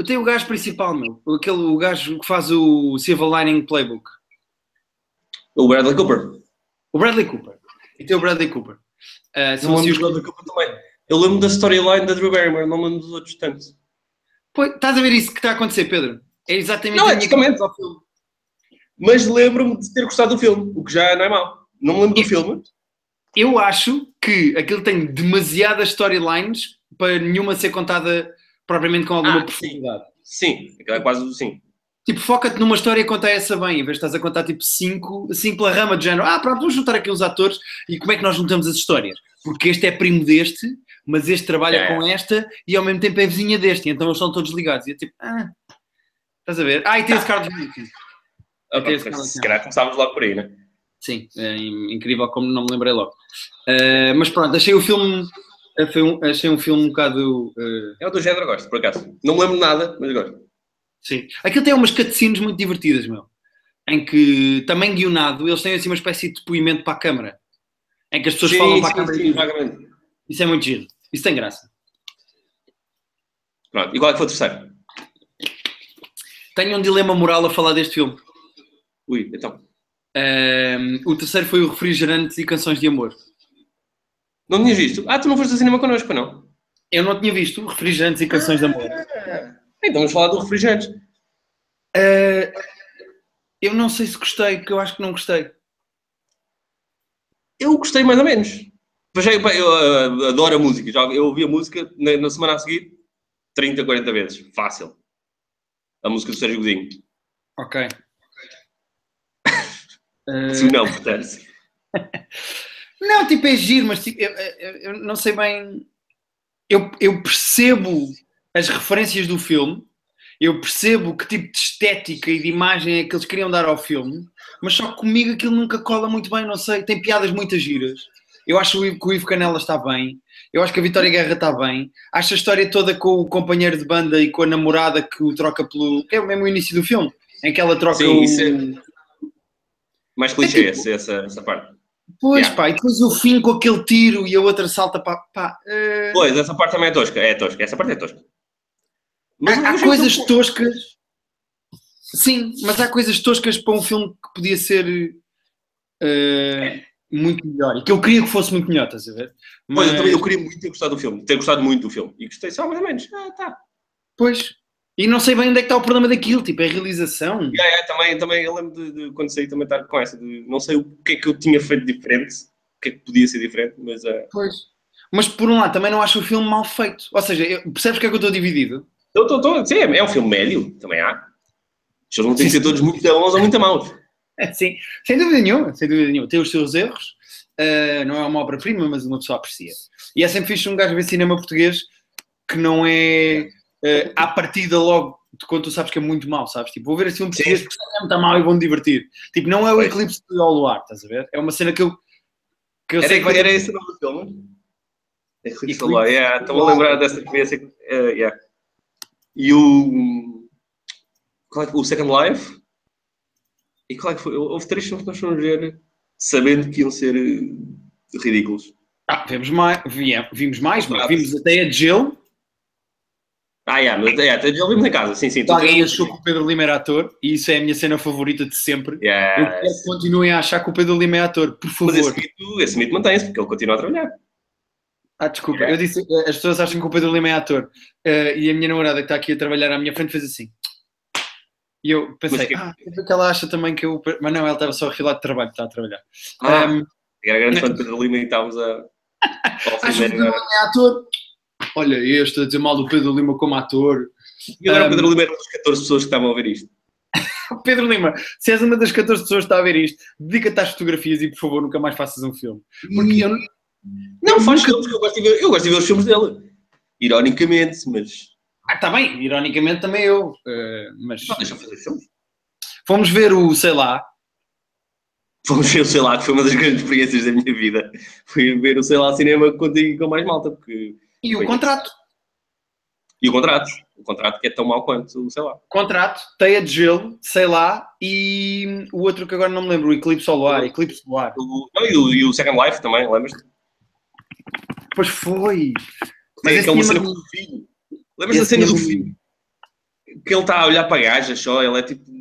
tem o gajo principal, meu. Aquele, o gajo que faz o Silver Lining Playbook. O Bradley Cooper. O Bradley Cooper. E tem o Bradley Cooper. Ah, são Não lembro assim os do Bradley Cooper também. Eu lembro da storyline da Drew Barrymore, não lembro dos outros tanto. Pois, estás a ver isso que está a acontecer, Pedro? É exatamente Não, a é minha- justamente. Mas lembro-me de ter gostado do filme, o que já não é mau. Não me lembro do filme. Eu acho que aquilo tem demasiadas storylines para nenhuma ser contada propriamente com alguma Ah, profundidade. Sim, aquilo é quase o sim. Tipo, foca-te numa história e conta essa bem, em vez de estás a contar tipo cinco, cinco pela rama de género. Ah, pronto, vamos juntar aqui uns atores e como é que nós juntamos as histórias? Porque este é primo deste, mas este trabalha É. com esta e ao mesmo tempo é vizinha deste, então eles são todos ligados. E é tipo, ah, estás a ver? Ah, e tem esse Tá. Carlos Johansson. Ah, Tem pá, esse cara, se sim. calhar começámos logo por aí, né? Sim, é in- incrível como não me lembrei logo. Eh, mas pronto, achei o filme, eh, foi um- achei um filme um bocado. eh, É o do género, eu gosto, por acaso. Não me lembro de nada, mas gosto. Sim. Aquilo tem umas cutscenes muito divertidas, meu. Em que, também guionado, eles têm assim uma espécie de depoimento para a câmara. Em que as pessoas falam para a câmara. sim, vagamente. Isso é muito giro. Isso tem graça. Pronto, igual é que foi o terceiro. Tenho um dilema moral a falar deste filme. Ui, então. Ahm, o terceiro foi o Refrigerantes e Canções de Amor. Não tinhas visto? Ah, tu não foste ao cinema connosco, não? Eu não tinha visto o Refrigerantes e Canções de Amor. Então vamos falar do refrigerante. Ah, eu não sei se gostei, porque eu acho que não gostei. Eu gostei mais ou menos. Mas é, pá, eu ah, adoro a música. Já, eu ouvi a música na, na semana a seguir 30, 40 vezes. Fácil. A música do Sérgio Godinho. Ok. Eh. Se não, portanto. Não, tipo, é giro, mas tipo, eu, eu- eu não sei bem. Eu, eu percebo as referências do filme, eu percebo que tipo de estética e de imagem é que eles queriam dar ao filme, mas só que comigo aquilo nunca cola muito bem, não sei. Tem piadas muitas giras. Eu acho o Ivo- que o Ivo Canela está bem, eu acho que a Vitória Guerra está bem, acho a história toda com o companheiro de banda e com a namorada que o troca pelo. que é o mesmo início do filme, em que ela troca Sim, o. isso é- Mais clichê É tipo- esse- essa, essa parte. Pois Yeah. pá, e depois o fim com aquele tiro e a outra salta para. Pá, eh, Pois, essa parte também é tosca. É tosca. Essa parte é tosca. Mas um há, há eu achei coisas que- toscas. Sim, mas há coisas toscas para um filme que podia ser eh, muito melhor. E que eu queria que fosse muito melhor, estás a ver? É. Pois, Mas, eu, também, eu queria muito ter gostado do filme. Ter gostado muito do filme. E gostei só mais ou menos. Ah, tá. Pois. E não sei bem onde é que está o problema daquilo, tipo, é a realização. E aí, é, também, também, eu lembro de, de quando saí também estar com essa. De, não sei o que é que eu tinha feito diferente. O que é que podia ser diferente. Mas ah, Pois. Mas por um lado também não acho o filme mal feito. Ou seja, eu- percebes que é que eu estou dividido? eu estou- estou a dizer, é um filme médio. Também há. Eles não têm que ser todos muito bons ou muito maus. É, Sim, sem dúvida nenhuma, sem dúvida nenhuma. Tem os seus erros, eh, não é uma obra-prima, mas uma pessoa aprecia. E é sempre fixe um gajo ver cinema português que não é eh, à partida logo de quando tu sabes que é muito mau, sabes? Tipo, vou ver esse filme Sim. português porque é muito mau e vou-me divertir. Tipo, não é o Pois. eclipse de ao luar, estás a ver? É uma cena que eu, que eu Era, sei que vai ter- um era esse o nome É do filme? Eclipse Eclipse Solar, yeah, estou a Solar. lembrar dessa experiência. que- eh, yeah. E o. Qual é que, o Second Life? E qual é que foi? Houve três filmes que nós fomos ver sabendo que iam ser eh, ridículos. Ah, vimos mais, vie- vimos mais, mas Ah, vimos até a Jill. Ah, yeah, mas yeah, já vimos em casa, sim, sim. tô- Alguém Tá, achou que o Pedro Lima era ator e isso é a minha cena favorita de sempre. Eu Yeah. quero que continuem a achar que o Pedro Lima é ator, por favor. Mas esse mito, esse mito mantém-se, porque ele continua a trabalhar. Ah, desculpa, eu disse, eh, as pessoas acham que o Pedro Lima é ator Eh, e a minha namorada que está aqui a trabalhar à minha frente fez assim. E eu pensei, Mas que- ah, é porque ela acha também que eu. Mas não, ela estava só a rilar de trabalho, está a trabalhar. Ah, Ahm, era grande fã de Pedro Lima e estávamos a. ao acho que o fim Pedro da- Lima é ator. Olha, eu estou a dizer mal do Pedro Lima como ator. E agora o um, Pedro Lima era uma das 14 pessoas que estavam a ver isto. Pedro Lima, se és uma das 14 pessoas que está a ver isto, dedica-te às fotografias e por favor nunca mais faças um filme. Porque eu não- Não, faz filmes que eu gosto de ver. Eu gosto de ver os filmes dele. Ironicamente, mas Ah, está bem, ironicamente também eu. eh, mas Não deixa eu fazer filme. fomos ver o, sei lá, Fomos ver o Sei Lá, que foi uma das grandes experiências da minha vida. Fui ver o Sei Lá cinema contigo com mais malta, porque... e o Foi. contrato. E o contrato. O contrato que é tão mau quanto o Sei Lá. Contrato, teia de gelo, sei lá, e o outro que agora não me lembro, o Eclipse Solar, Eclipse Solar. O- não, e, o, e o Second Life também, lembras-te? Pois foi. Tem esse aquela tinha cena uma- com o filho. Lembras da cena do filho? que ele está a olhar para gajas só, ele é tipo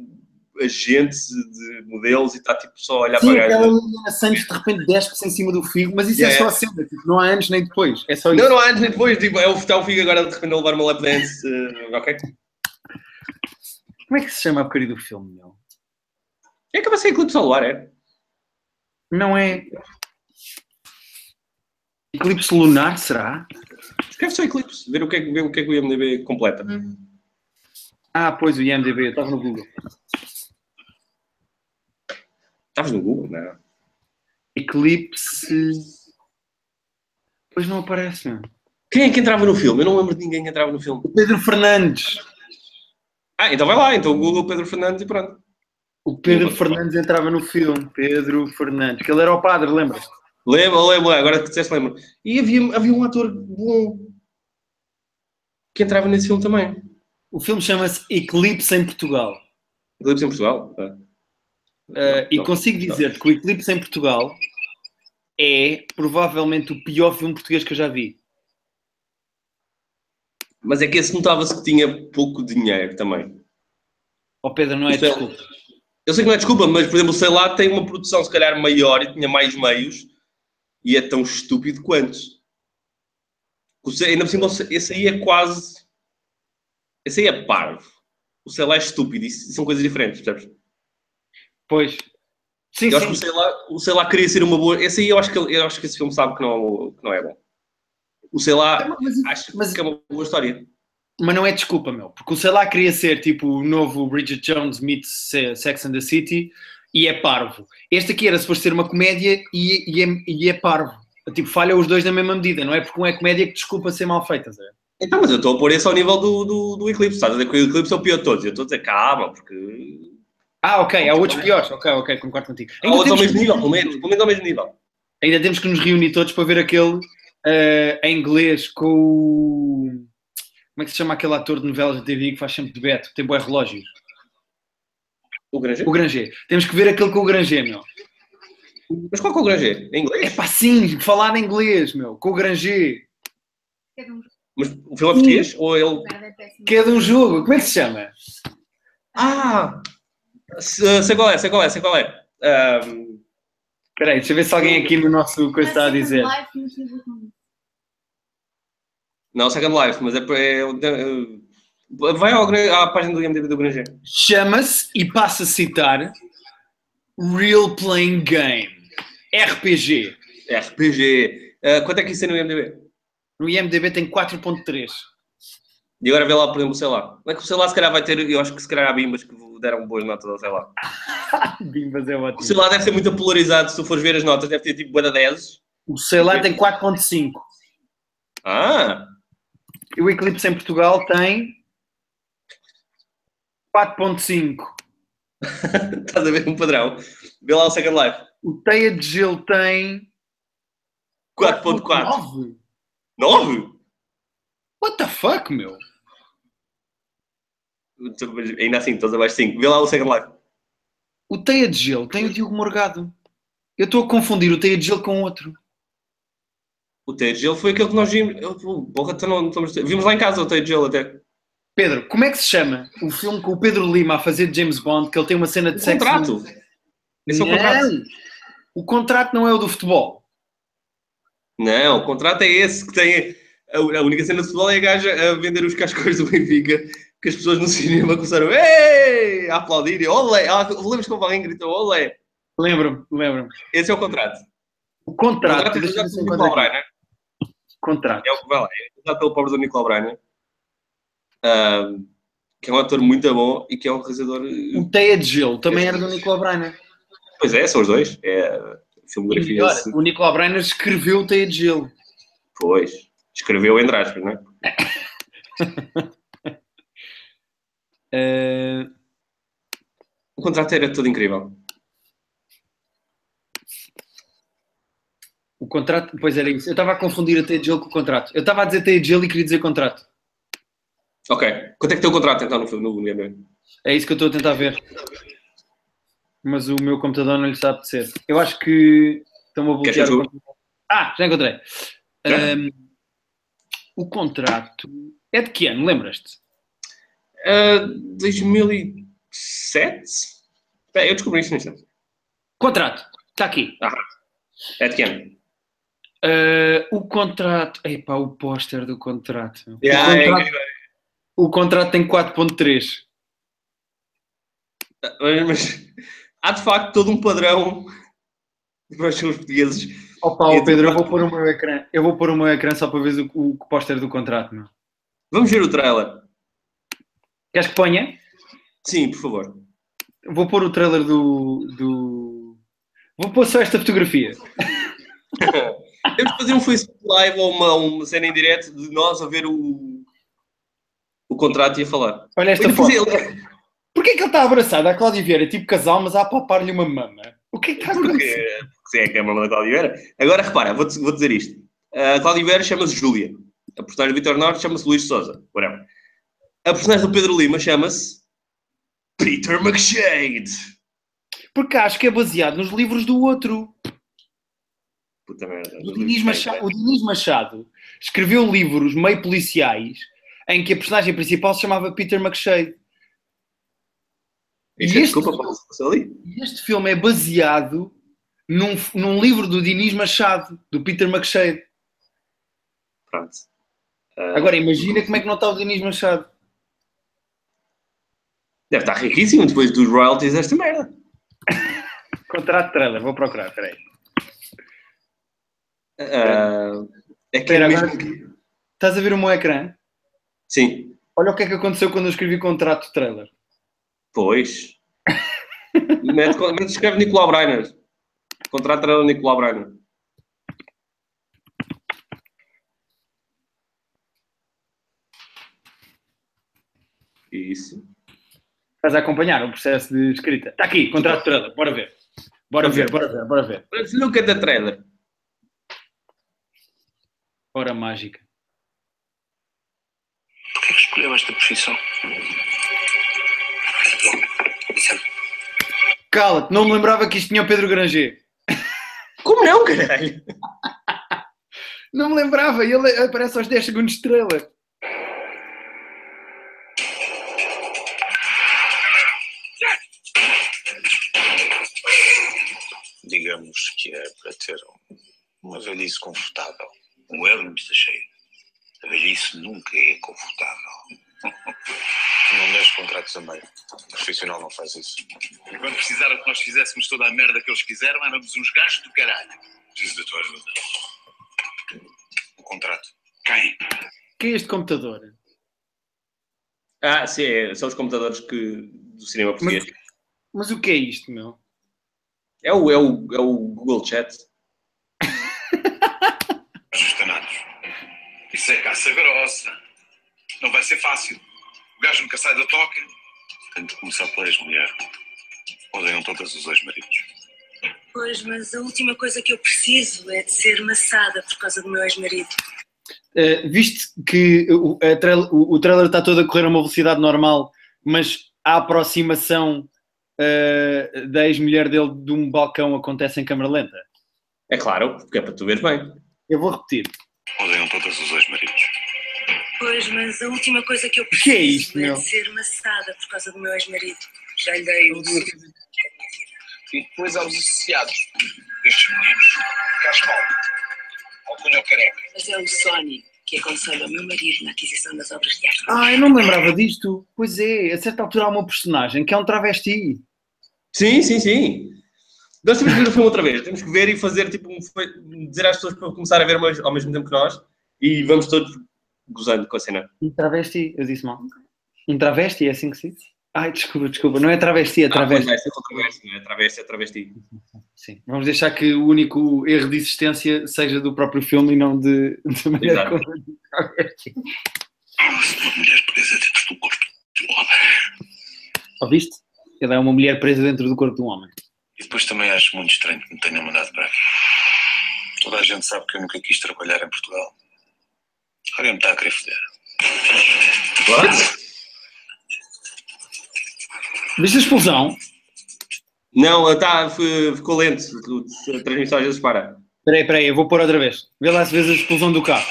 agente de modelos e está tipo só a olhar Sim, para aquela gajas. menina Santos de repente despe-se em cima do figo, mas isso é Yeah. só a cena, tipo, não há anos nem depois. É só isso. Não, não há anos nem depois, tipo, é o Vital Figo agora de repente a levar uma lap dance, eh, ok? Como é que se chama a porcaria do filme, meu? É que vai ser Eclipse Solar, é? Não é. Eclipse lunar, será? Escreve só Eclipse, ver o que é que, ver o, que, é que o IMDB completa. Ah, pois o IMDB, eu estava no Google. Estavas no Google, não? Eclipse. Pois não aparece, meu. Quem é que entrava no filme? Eu não lembro de ninguém que entrava no filme. O Pedro Fernandes. Ah, então vai lá, então Google Pedro Fernandes e pronto. O Pedro Fernandes entrava no filme. Pedro Fernandes. Que ele era o padre, lembras? Lembro, lembro, agora que disseste lembro. E havia, havia um ator bom que entrava nesse filme também. O filme chama-se Eclipse em Portugal. Eclipse em Portugal. tá? Uh, e Não, consigo não. dizer-te que o Eclipse em Portugal é provavelmente o pior filme português que eu já vi. Mas é que esse notava-se que tinha pouco dinheiro também. Oh Pedro, não é Isso é- desculpa. Eu sei que não é desculpa, mas por exemplo, sei lá, tem uma produção se calhar maior e tinha mais meios e é tão estúpido quanto. O Sei- ainda por cima, o Sei- esse aí é quase. Esse aí é parvo. O sei lá é estúpido, isso são coisas diferentes, percebes? Pois. Sim, Eu acho que sim. o sei, lá, o sei lá queria ser uma boa. Esse aí eu acho que, ele- eu acho que esse filme sabe que não, que não é bom. O sei lá, Mas, acho mas- que é uma boa história. mas não é desculpa, meu. Porque o sei lá queria ser tipo o novo Bridget Jones meets Se- Sex and the City e é parvo. Este aqui era suposto ser uma comédia e, e é, e é parvo. Tipo, falham os dois na mesma medida, não é? Porque um é comédia que desculpa ser mal feita, Zé. Então, mas eu estou a pôr esse ao nível do, do, do Eclipse. Estás a dizer que o Eclipse é o pior de todos. Eu estou a dizer, calma, porque. Ah, ok, há outros piores. Ok, ok, concordo contigo. Há outros ao temos mesmo que- nível, pelo menos. Pelo menos ao mesmo nível. Ainda temos que nos reunir todos para ver aquele eh, em inglês com o. Como é que se chama aquele ator de novelas da TV que faz sempre de Beto, que tem boi relógio? O Granger. O Granger. Temos que ver aquele com o Granger, meu. Mas qual que é o Granger? Em É inglês? pá, sim, falar em inglês, meu, com o Granger. Cada um jogo, Mas o filme é português? Ou ele. nada é péssimo. Que é de um jogo, como é que se chama? Ah! se- Sei qual é, sei qual é, sei qual é. Ahm, Espera aí, deixa eu ver se alguém aqui no nosso coisa está a dizer. Live, não sei o que é. não- não, Second Life, mas é. é, é- vai ao, Gra- à página do IMDb do Granger. Chama-se e passa a citar Real Playing Game. RPG. É RPG. Ah, quanto é que isso é no IMDb? No IMDB tem 4.3. E agora vê lá, por exemplo, sei lá. Como é que o sei lá se calhar vai ter. Eu acho que se calhar há bimbas que deram boas notas ao sei lá. Bimbas é O sei ótimo. lá deve ser muito polarizado, se tu fores ver as notas, deve ter tipo boa de 10. O sei lá tem 4.5. Ah! E o Eclipse em Portugal tem 4.5. Estás a ver um padrão. Vê lá o Second Life. O Teia de Gelo tem 4.4. 4.9. 9? What the fuck, meu? Ainda assim, estás abaixo de 5. Vê lá o Second Life. O Teia de Gelo tem o Diogo Morgado. Eu estou a confundir o Teia de Gelo com outro. O Tejel foi aquele que nós vimos. Eu, porra, então não, estamos... Vimos lá em casa o Tejel até. Pedro, como é que se chama o filme com o Pedro Lima a fazer de James Bond, que ele tem uma cena de O sexo... contrato. Esse é o contrato. Não. O contrato não é o do futebol. Não, o contrato é esse que tem. A a única cena de futebol é a gaja a vender os cascões do Benfica, que as pessoas no cinema começaram "Ei!" a aplaudir e olé! Ah, Lembras que o alguém gritou olé? Lembro-me, lembro-me. Esse é o contrato. O O contrato... contrato é deixa-me realizado ver se pelo encontro Nicolau aqui. Breiner. Contrato. É o que vai lá. É realizado pelo pobre do Nicolau Breiner. Ah, que é um ator muito bom e que é um realizador... O Teia de Gelo também era do Nicolau Brainer. Pois é, são os dois. É a E filmografia. melhor, se- o Nicolau Breiner escreveu o Teia de Gelo. Pois. Escreveu entre aspas, não é? Eh, O contrato era todo incrível. o contrato, pois era isso. Eu estava a confundir a T Jill com o contrato. Eu estava a dizer T Jill e queria dizer contrato. Ok. Quanto é que tem o contrato então no filme? No, no, no- É isso que eu estou a tentar ver. Mas o meu computador não lhe sabe de ser. Eu acho que estão a Queres bloquear. o o jogo? contrato. Ah, já encontrei. Já? Ahm, o contrato é de que ano? Lembras-te? Ah, 2007? Bem, eu descobri isso no instante. Contrato, está aqui. É de que ano? Ah, o contrato. Epá, o póster do contrato. Yeah, o, é contrato incrível. o contrato tem 4.3. Mas, mas há de facto todo um padrão para os filmes portugueses. Opa, E ó, tu- Pedro, eu vou pôr o meu ecrã. Eu vou pôr o meu ecrã só para ver o, o póster do contrato, meu. Vamos ver o trailer. Queres que ponha? Sim, por favor. Vou pôr o trailer do. do... Vou pôr só esta fotografia. Temos de fazer um Facebook Live ou uma, uma cena em direto de nós a ver o, o contrato e a falar. Olha esta Olha, foto. mas ele- é- Porquê que ele está abraçado à Cláudia Vieira, tipo casal, mas a apalpar-lhe uma mama? O que é que está a acontecer? Porque, porque é a cama da Cláudia Vera. Agora repara, vou, vou dizer isto. A Cláudia Vera chama-se Júlia. A personagem do Vitor Norte chama-se Luís Souza. Whatever. A personagem do Pedro Lima chama-se Peter McShade. Porque acho que é baseado nos livros do outro. Puta merda. O Diniz é. Machado, o Diniz Machado escreveu livros meio policiais em que a personagem principal se chamava Peter McShay. Isso E é este- Desculpa, Paulo, passou ali? E este filme é baseado num, num livro do Diniz Machado, do Peter McShay. Pronto. Agora imagina como é que não está o Diniz Machado. Deve estar riquíssimo depois dos royalties desta merda. Contrato de trailer, vou procurar, peraí. Ah, é que Espera, é mesmo agora- que- Estás a ver o meu ecrã? Sim. Olha o que é que aconteceu quando eu escrevi contrato de trailer. Pois. mete, mete, escreve Nicolau Breiner. Contrato treinador Nicolau Breiner. Isso. Estás a acompanhar o processo de escrita. Está aqui, contrato de trailer, bora ver. Bora ver, bora ver, bora ver. Let's look at the trailer. Hora mágica. Porquê que escolheu esta profissão? Cala-te, não me lembrava que isto tinha o Pedro Granger. Como não, caralho? Não me lembrava, ele aparece aos 10 segundos de trailer. Digamos que é para ter uma velhice confortável. Um erro, Mr. Cheio. A velhice nunca é confortável. Não deixes contratos a meio. O profissional não faz isso. E quando precisaram que nós fizéssemos toda a merda que eles fizeram, éramos uns gajos do caralho. Preciso da tua ajuda. O contrato. Quem? Que é este computador? Ah, sim, é, são os computadores que, do cinema português. Mas o que é isto, meu? É, o, é, o, é o Google Chat. Sustanados. Isso é caça grossa. Não vai ser fácil. O gajo nunca sai da toca. Tenho de começar pela ex-mulher. Odeiam todas os ex-maridos. Pois, mas a última coisa que eu preciso é de ser maçada por causa do meu ex-marido. Uh, viste que o, a trail- o- o trailer está todo a correr a uma velocidade normal, mas a aproximação uh, da ex-mulher dele de um balcão acontece em câmera lenta? É claro, porque é para tu ver bem. Eu vou repetir. Odeiam todas os ex-maridos. Pois, mas a última coisa que eu Que é isto, preciso é, meu? de ser maçada por causa do meu ex-marido. Já lhe dei um o E depois aos associados. Estes meninos. Caspal. Alcunha careca. Mas é o Sony que aconselha o meu marido na aquisição das obras de arte. Ah, eu não me lembrava disto. Pois é, a certa altura há uma personagem que é um travesti. Sim, sim, sim. Nós temos que ver o filme outra vez. Temos que ver e fazer, tipo, um fe- dizer às pessoas para começar a ver mais- ao mesmo tempo que nós e vamos todos gozando com a cena. Um travesti, eu disse mal. Um travesti, é assim que se diz? Ai, desculpa, desculpa. Não é travesti, é travesti. Ah, pois vai ser travesti, não é? Travesti é travesti. Sim. Vamos deixar que o único erro de existência seja do próprio filme e não de, de maneira Exato. como- Uma mulher presa dentro do corpo de um homem Ouviste? Ele é uma mulher presa dentro do corpo de um homem. E depois também acho muito estranho que me tenham mandado para aqui. Toda a gente sabe que eu nunca quis trabalhar em Portugal. Alguém me está a querer foder. Viste a expulsão? Não, está, ficou lento. A transmissão às vezes para. Espera aí, espera aí, eu vou pôr outra vez. Vê lá se vês a expulsão do carro.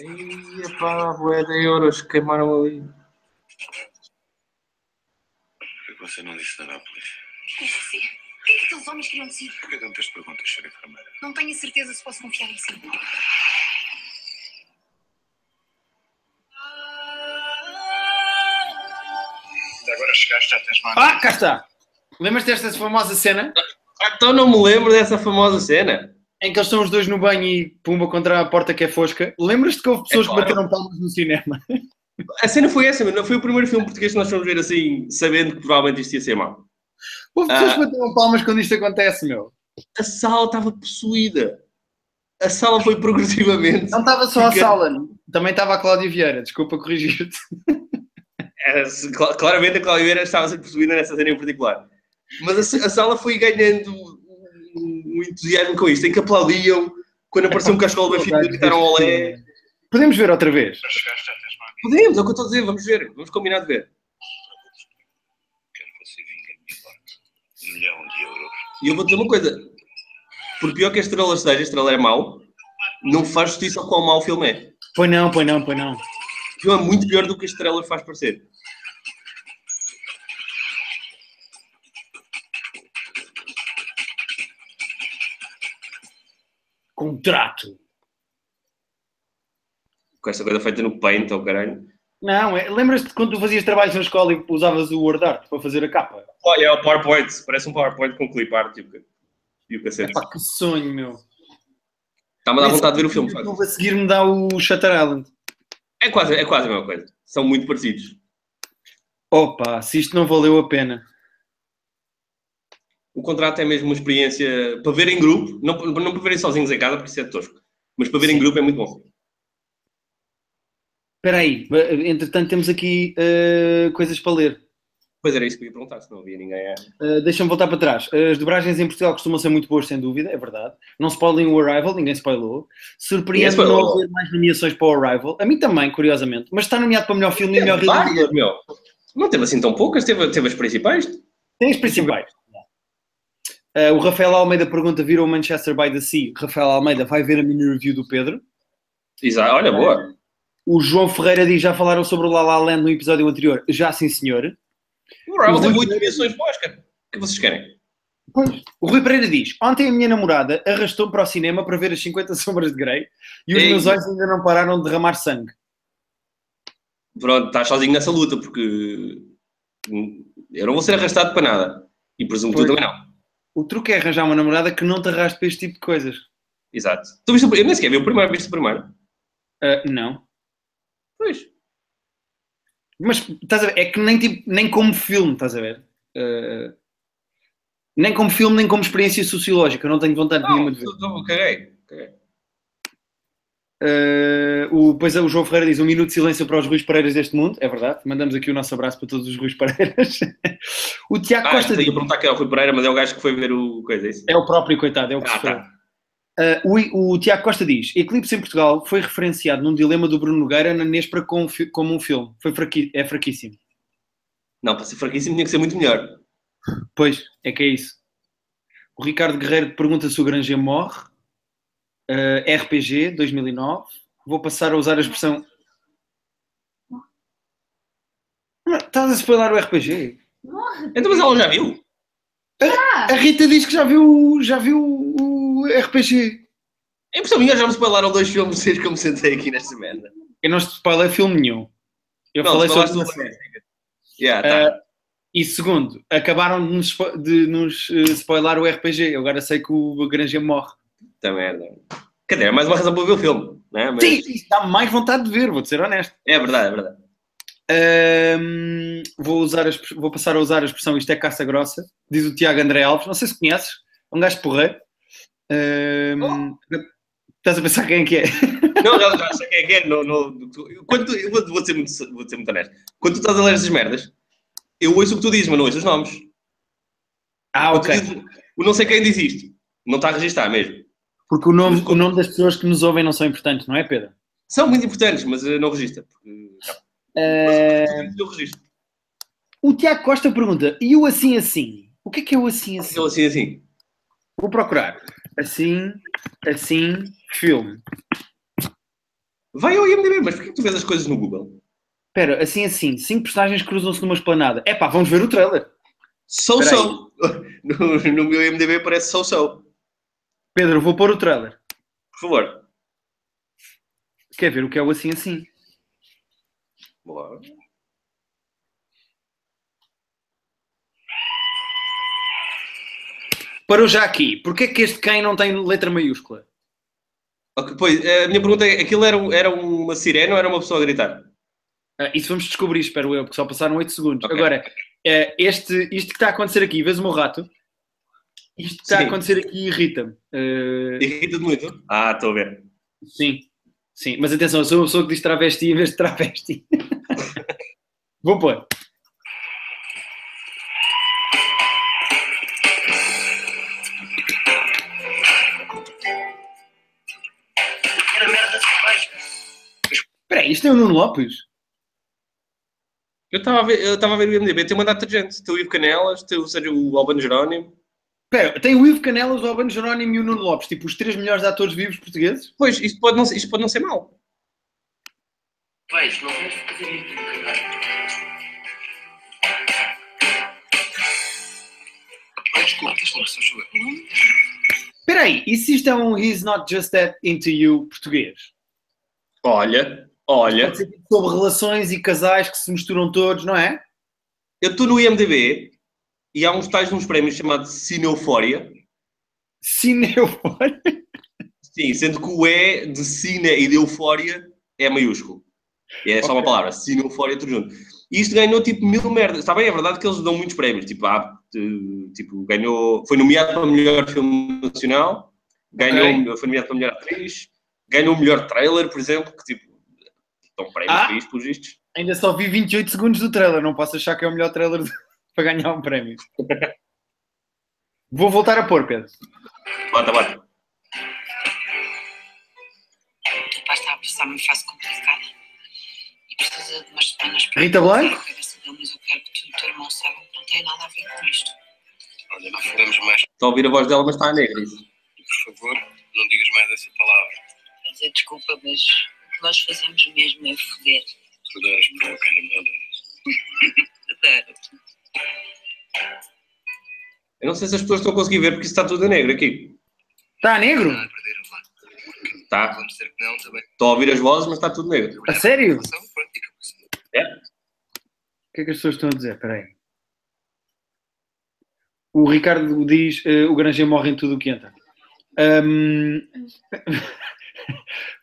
Ia pá, boé de euros, queimaram ali. Por que você não disse nada à polícia? E você? O que é que aqueles homens queriam dizer? Por que tantas perguntas, ser enfermeira? Não tenho a certeza se posso confiar em si. Ainda agora chegaste já tens mais. Ah, cá está! Lembras-te desta famosa cena Ah, então não me lembro dessa famosa cena. em que eles estão os dois no banho e pumba contra a porta que é fosca? Lembras-te que houve pessoas claro. que bateram palmas no cinema? A cena foi essa, mas não foi o primeiro filme português que nós fomos ver assim, sabendo que provavelmente isto ia ser mau. Houve pessoas Ah. que bateram palmas quando isto acontece, meu. A sala estava possuída. A sala foi progressivamente. Não estava só a Fica- sala, também estava a Cláudia Vieira, desculpa corrigir-te. Era- Eh, cla- claramente a Cláudia Vieira estava a ser possuída nessa cena em particular. Mas a, sa- a sala foi ganhando um, um entusiasmo com isto, em que aplaudiam quando apareceu um cascola do Benfica e gritaram olé. Podemos ver outra vez? Já chegaste já tens mais. Podemos, é o que eu estou a dizer, vamos ver, vamos combinar de ver. Quero que você vinga de minha parte. Um milhão de euros. E eu vou dizer uma coisa: por pior que a estrela esteja, a estrela é mau, não faz justiça ao quão mau o filme é. Pois não, pois não, pois não. O filme é muito pior do que a estrela faz parecer. Contrato. Com esta coisa feita no paint ou caralho. Não, é- lembras-te quando tu fazias trabalhos na escola e usavas o Word Art para fazer a capa? Olha, é o PowerPoint, parece um PowerPoint com clip art e o ca- e o cacete. Epá, que sonho, meu. Está-me a dar vontade de ver o filme, Eu sabe? Não vou seguir me dá o Shutter Island. É quase, é quase a mesma coisa. São muito parecidos. Opa, se isto não valeu a pena. O contrato é mesmo uma experiência para ver em grupo, não, não para verem sozinhos em casa, porque isso é tosco. Mas para ver em grupo é muito bom. Espera aí, ba- entretanto temos aqui eh, coisas para ler. Pois era isso que eu ia perguntar, se não havia ninguém. a- Eh, Deixa-me voltar para trás. Eh, As dobragens em Portugal costumam ser muito boas, sem dúvida, é verdade. Não spoilem o Arrival, ninguém spoilou. Surpreende Ninguém spoilou. não haver mais nomeações para o Arrival. A mim também, curiosamente. Mas está nomeado para melhor filme e melhor Teve realizador. várias, meu. Não teve assim tão poucas, teve, teve as principais. Tem as principais. Ah, o Rafael Almeida pergunta: viram o Manchester by the Sea? Rafael Almeida vai ver a mini review do Pedro. Exato, olha, É. boa. O João Ferreira diz: já falaram sobre o La La Land no episódio anterior? Já sim, senhor. O Rival Muito teve bem. 8 dimensões para o Oscar. O que vocês querem? O Rui Pereira diz: ontem a minha namorada arrastou-me para o cinema para ver as 50 Sombras de Grey e os Ei. meus olhos ainda não pararam de derramar sangue. Pronto, estás sozinho nessa luta, porque hum, eu não vou ser arrastado para nada. E presumo que tu Pois. também não. O truque é arranjar uma namorada que não te arraste para este tipo de coisas. Exato. Tu viste o, eu nem sequer vi o primeiro, viste o primeiro. Ah, não. Pois. Mas estás a ver? É que nem, tipo, nem como filme, estás a ver? Ah, nem como filme, nem como experiência sociológica. Eu não tenho vontade nenhuma Não, de ver. tu- tu- caguei. caguei. Uh, o, pois é, o João Ferreira diz um minuto de silêncio para os Ruiz Pareiras deste mundo, é verdade. Mandamos aqui o nosso abraço para todos os Ruiz Pareiras. o Tiago Ah, Costa eu ia diz, perguntar quem é o Rui Pereira, mas é o gajo que foi ver o coisa, é isso? é o próprio, coitado, é o que Ah, sofreu. tá. Uh, o, o Tiago Costa diz: Eclipse em Portugal foi referenciado num dilema do Bruno Nogueira na Nespra com fi- como um filme. Foi fraqui, é fraquíssimo. Não, para ser fraquíssimo tinha que ser muito melhor. Pois, é que é isso. O Ricardo Guerreiro pergunta se o Granger morre. Uh, RPG 2009. Vou passar a usar a expressão. Mas Estás a spoiler o RPG? Então, mas ela já viu? A Rita diz que já viu, já viu o RPG. Em impressão minha, É já me spoilaram dois filmes vocês que eu me sentei aqui nesta merda. Eu não spoilei filme nenhum. Eu não, falei tu falaste sobre. Eh, É. do Benfica. Yeah, tá. E segundo, acabaram de nos, spo- de nos eh, spoiler o RPG. Eu agora sei que o Granger morre. Tá merda. Quer dizer, é mais uma razão para ver o filme, não é? Mas- Sim, isso dá mais vontade de ver, vou-te ser honesto. É verdade, é verdade. Ahm, vou, usar a exp- vou passar a usar a expressão isto é caça grossa, diz o Tiago André Alves. Não sei se conheces, é um gajo porreiro. Ahm, Estás a pensar quem é que é? Não, já, já sei quem é que é. Não, não, tu- quando tu- eu vou, vou ser muito, vou ser muito honesto. Quando tu estás a ler essas merdas, eu ouço o que tu dizes, mas não ouço os nomes. Ah, Quando tu ok. dizes, o não sei quem diz isto. Não está a registrar mesmo. Porque o nome, o nome das pessoas que nos ouvem não são importantes, não é, Pedro? São muito importantes, mas eh, não registra. Porque, Eh, eu registro. o Tiago Costa pergunta: e o assim assim? O que é que é o assim assim? Ele assim, assim. Vou procurar. Assim, assim, filme. Vai ao IMDB, mas porquê que tu vês as coisas no Google? Espera, assim assim, cinco personagens cruzam-se numa esplanada. Epá, vamos ver o trailer. Sou Espera sou. No, no meu IMDB parece sou sou. Pedro, vou pôr o trailer. Por favor. Quer ver o que é o assim assim? Boa. Parou já aqui. Porquê que este quem não tem letra maiúscula? Ok, pois, eh, a minha pergunta é: aquilo era, um- era uma sirene ou era uma pessoa a gritar? Ah, isso vamos descobrir, espero eu, porque só passaram 8 segundos. Ok. Agora, eh, este, isto que está a acontecer aqui, vês o meu rato? Isto que está a Sim. acontecer aqui irrita-me. Eh, Irrita-te muito? Ah, estou a ver. sim, sim. Mas atenção, eu sou uma pessoa que diz travesti em vez de travesti. Vou pôr. Era merda demais. Espera aí, isto é o Nuno Lopes? Eu estava a ver, eu estava a ver o IMDB, tem uma data de gente. Tem o Ivo Canelas, tem o Sérgio o Albano Jerónimo. Espera, tem o Ivo Canelas, o Albano Jerónimo e o Nuno Lopes, tipo os três melhores atores vivos portugueses? Pois, isto pode não, ser- isto pode não ser mau. Vais, não vamos fazer isso, caralho. Ai, Desculpa, desculpa, só chover. Espera aí, e se isto é um He's Not Just That Into You português? Olha, olha. Pode ser tipo sobre relações e casais que se misturam todos, não é? Eu estou no IMDB e há uns tais de uns prémios chamados Cineufória. Cine Sim, sendo que o E de Cine e de Eufória é maiúsculo. É só uma Ok. palavra, Cineufória, tudo junto. E isto ganhou tipo mil merdas. Está bem, é verdade que eles dão muitos prémios. Tipo, há, eh, tipo ganhou, foi nomeado para melhor filme nacional, ganhou, foi nomeado para melhor atriz, ganhou o melhor trailer, por exemplo, que tipo, dão prémios Ah. para isto, pelos vistos. Ainda só vi 28 segundos do trailer, não posso achar que é o melhor trailer de- para ganhar um prémio. Vou voltar a pôr, Pedro. Bota, bota. O rapaz está a passar uma fase complicada e precisa de umas semanas para Rita Blanco? a cabeça dele, mas eu quero que tu e é um o teu irmão saibam que não tem nada a ver com isto. Olha, não falamos mais, Estou a ouvir a voz dela, mas está a negra. por favor. Não digas mais essa palavra. Quer dizer, desculpa, mas o que nós fazemos mesmo é foder. Tu deres para o caramba. Adoro. Eu não sei se as pessoas estão a conseguir ver porque isso está tudo a negro aqui. Está Tá negro? Não, é perder a lá. Tá. Vamos dizer que não, também. Estou a ouvir as vozes, mas está tudo negro. A sério? O São práticas. que é que as pessoas estão a dizer? Espera aí. O Ricardo diz eh, o Granger morre em tudo o que entra. Ahm,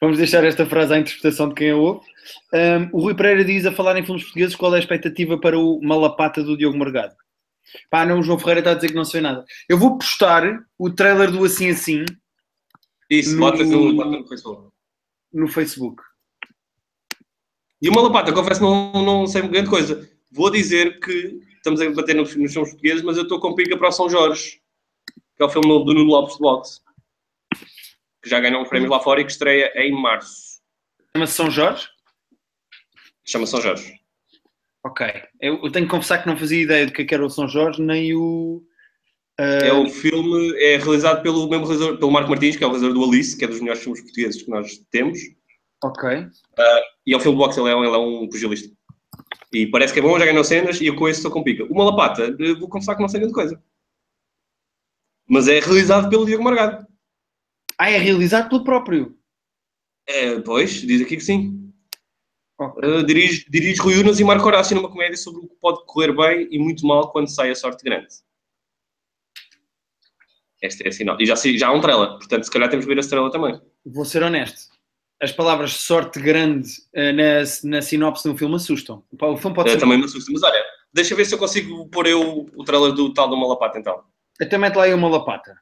Vamos deixar esta frase à interpretação de quem a ouve. Ahm, o Rui Pereira diz, a falar em filmes portugueses, qual é a expectativa para o Malapata do Diogo Morgado? Pá, não, o João Ferreira está a dizer que não se vê nada. Eu vou postar o trailer do Assim Assim Isso, No- bota no, bota no Facebook. no Facebook. E uma lapata, confesso, não, não sei grande coisa. Vou dizer que estamos a bater nos, nos filmes portugueses, mas eu estou com pica para o São Jorge, que é o filme novo do Nuno Lopes de Boxe, que já ganhou uns prémios lá fora e que estreia em março. Chama-se São Jorge? Chama São Jorge. Ok. Eu, eu tenho que confessar que não fazia ideia do que é que era o São Jorge, nem o... ah, É o filme, é realizado pelo mesmo realizador, pelo Marco Martins, que é o realizador do Alice, que é dos melhores filmes portugueses que nós temos. Ok. E ao filme do Boxe ele é, um- ele é um pugilista. E parece que é bom, já ganhou cenas e eu com esse estou com pica. Uma lapata, eh, vou confessar que não sei grande coisa. Mas é realizado pelo Diego Margado. Ah, é realizado pelo próprio. É, pois, diz aqui que sim. Ok. Eh, dirige, dirige Rui Unas e Marco Horácio numa comédia sobre o que pode correr bem e muito mal quando sai a sorte grande. Esta é a sinal. E já, sei- já há um trailer, portanto se calhar temos que ver esse trailer também. Vou ser honesto. As palavras sorte grande ah, na, na sinopse de um filme assustam. Pá, O filme pode Eh, ser também me assusta. Mas olha, deixa ver se eu consigo pôr eu o trailer do tal do Malapata então. Até mete lá aí uma lapata.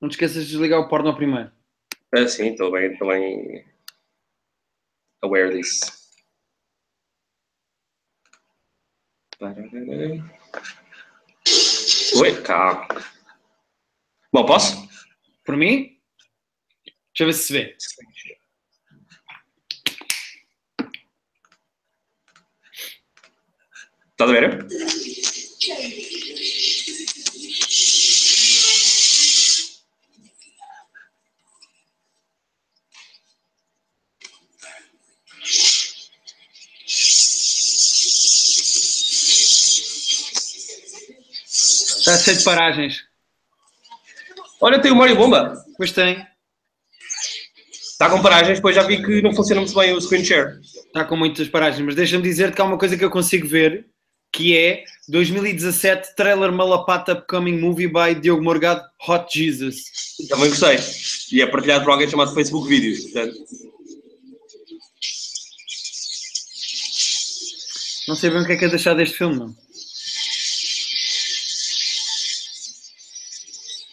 Não te esqueças de desligar o porno ao primeiro. Ah, sim, estou bem, estou bem aware disso. Oi, calma. Bom, posso? Por mim? Deixa eu ver se se vê. Estás a ver? Está cheio de paragens. Olha, tem o Mario Bomba. Pois tem. Está com paragens, depois já vi que não funciona muito bem o screen share. Está Tá com muitas paragens. Mas deixa-me dizer-te que há uma coisa que eu consigo ver, que é 2017 trailer Malapata Upcoming Movie by Diogo Morgado, Hot Jesus. Também gostei. E é partilhado por alguém chamado Facebook Vídeos. Portanto, Não sei bem o que é que é deixar deste filme, não.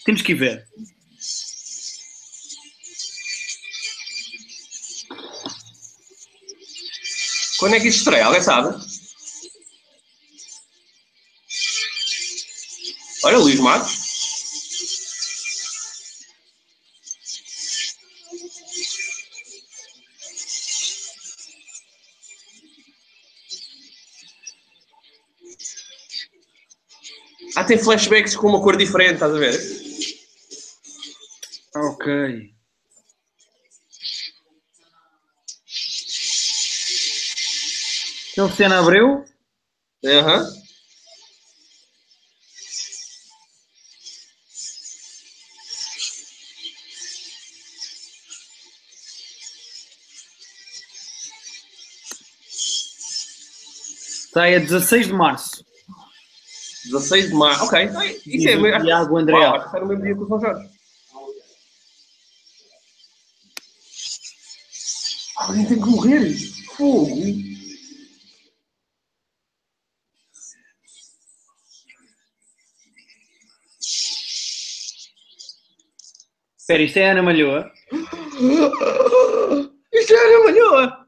Temos que ir ver. quando é que isto estreia? Alguém sabe? Olha, o Luís Matos. Ah, tem flashbacks com uma cor diferente, estás a ver? Ok. Tem o Cena Abreu? Aham. Sai tá a 16 de março. 16 de março. Ok. Isso Diz o é Tiago Uau, Andreal. acho que está no mesmo dia que o São Jorge. Alguém tem que morrer. Fogo. Espera, isto é a Ana Malhoa. Isto era malhoa.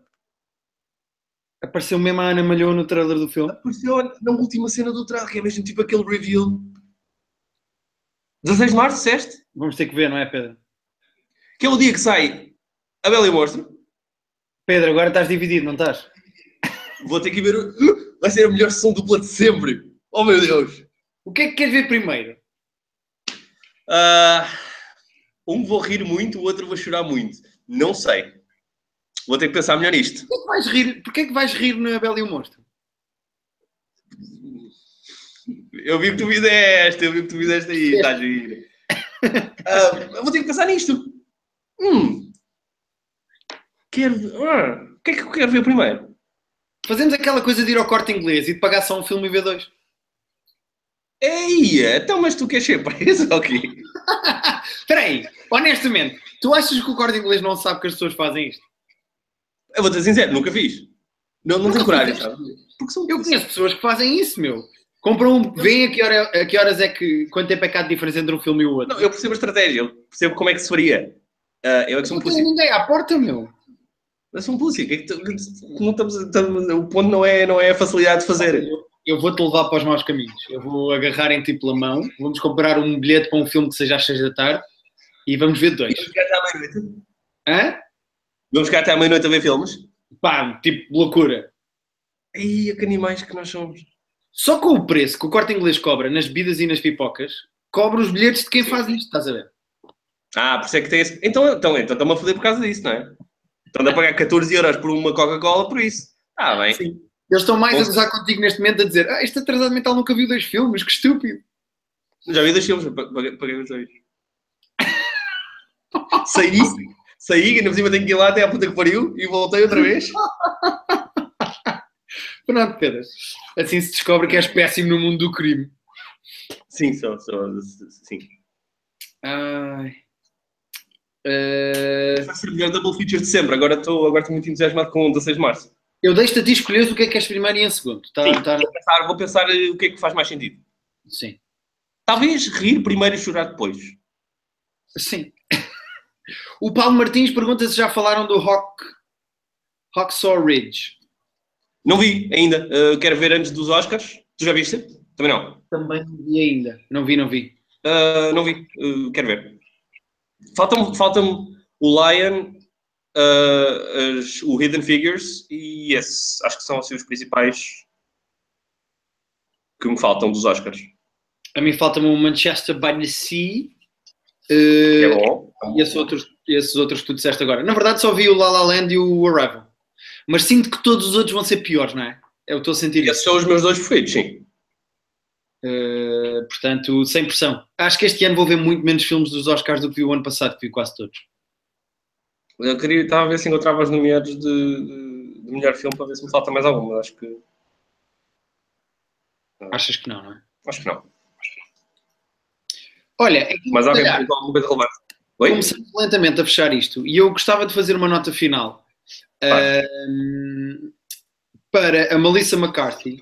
Apareceu mesmo a Ana Malhoa no trailer do filme. Apareceu na última cena do trago, é mesmo tipo aquele reveal. 16 de março, disseste? Vamos ter que ver, não é, Pedro? Que é o dia que sai A Bela e o Monstro. Pedro, agora estás dividido, não estás? Vou ter que ver. o- Vai ser a melhor sessão dupla de sempre. Oh meu Deus. O que é que queres ver primeiro? Ah, um vou rir muito, o outro vou chorar muito. Não sei. Vou ter que pensar melhor nisto. Porquê que vais rir, porquê que vais rir na Bela e o Monstro? Eu vi que tu fizeste, eu vi que tu fizeste aí, está giro. Ah, eu vou ter que pensar nisto. Hum. Quero. ah, o que é que eu quero ver primeiro? Fazemos aquela coisa de ir ao corte inglês e de pagar só um filme e ver dois. Ei, então, mas tu queres ser preso ou quê? Espera aí, honestamente, tu achas que o corte inglês não sabe que as pessoas fazem isto? Eu vou ser sincero, nunca fiz. Não, não tenho coragem, sabe? Porque um são. Eu conheço pessoas que fazem isso, meu. Compram um. Vêm a que, hora- a que horas é que. Quanto tempo é que há de diferença entre um filme e o outro? Não, eu percebo a estratégia, eu percebo como é que se faria. Ah, eu é que sou um Não pussy. tem ninguém à porta, meu. Mas um pussy, que é que tu- que não estamos, estamos- o ponto não é, não é a facilidade de fazer. Eu vou-te levar para os maus caminhos. Eu vou agarrar em ti pela mão. Vamos comprar um bilhete para um filme que seja às seis da tarde e vamos ver dois. Hã? Vamos ficar até à meia-noite a ver filmes? Pá, tipo, loucura. Ai, que animais que nós somos. Só com o preço que o corte inglês cobra nas bebidas e nas pipocas, cobra os bilhetes de quem faz isto, estás a ver? Ah, por isso é que tem esse. Então então, então, estão-me a foder por causa disso, não é? Estão a pagar 14 euros por uma Coca-Cola por isso. Ah, bem. Sim. Eles estão mais Bom. a gozar contigo neste momento a dizer: Ah, este atrasado mental nunca viu dois filmes, que estúpido. Já vi dois filmes, eu pa- paguei paguei os dois. Saí, saí, ainda por cima tenho que ir lá até à puta que pariu e voltei outra vez. Pronto, Pedro. Assim se descobre que és péssimo no mundo do crime. Sim, só, só, sim. Ai. Eh, Vai ser o melhor double feature de sempre. Agora estou agora estou muito entusiasmado com o 16 de março. eu deixo-te a ti escolheres o que é que és primeiro e em segundo. Tá, Sim. tá- Vou pensar, vou pensar eh, o que é que faz mais sentido. sim. Talvez rir primeiro e chorar depois. Sim. O Paulo Martins pergunta se já falaram do Rock. Rocksaw Ridge. Não vi ainda. Uh, quero ver antes dos Oscars. Tu já viste? Também não. Também não vi ainda. Não vi, não vi. Uh, não vi. Uh, quero ver. Falta-me falta o Lion, uh, as- o Hidden Figures e esse. Acho que são assim, os principais que me faltam dos Oscars. A mim falta-me o Manchester by the Sea. Que é Eh, bom. e esses outros, esses outros que tu disseste agora. Na verdade, só vi o La La Land e o Arrival. Mas sinto que todos os outros vão ser piores, não é? Eu estou a sentir isso. Esses são os meus dois preferidos, sim. Eh, portanto, sem pressão. Acho que este ano vou ver muito menos filmes dos Oscars do que vi o ano passado, que vi quase todos. Eu queria, estava a ver se encontrava os nomeados de, de, de melhor filme para ver se me falta mais algum, mas acho que, Ah. Achas que não, não é? acho que não. Olha, é que Mas há se calhar, bem alguma coisa relevante. Oi? começamos lentamente a fechar isto e eu gostava de fazer uma nota final Vai. Ahm, para a Melissa McCarthy,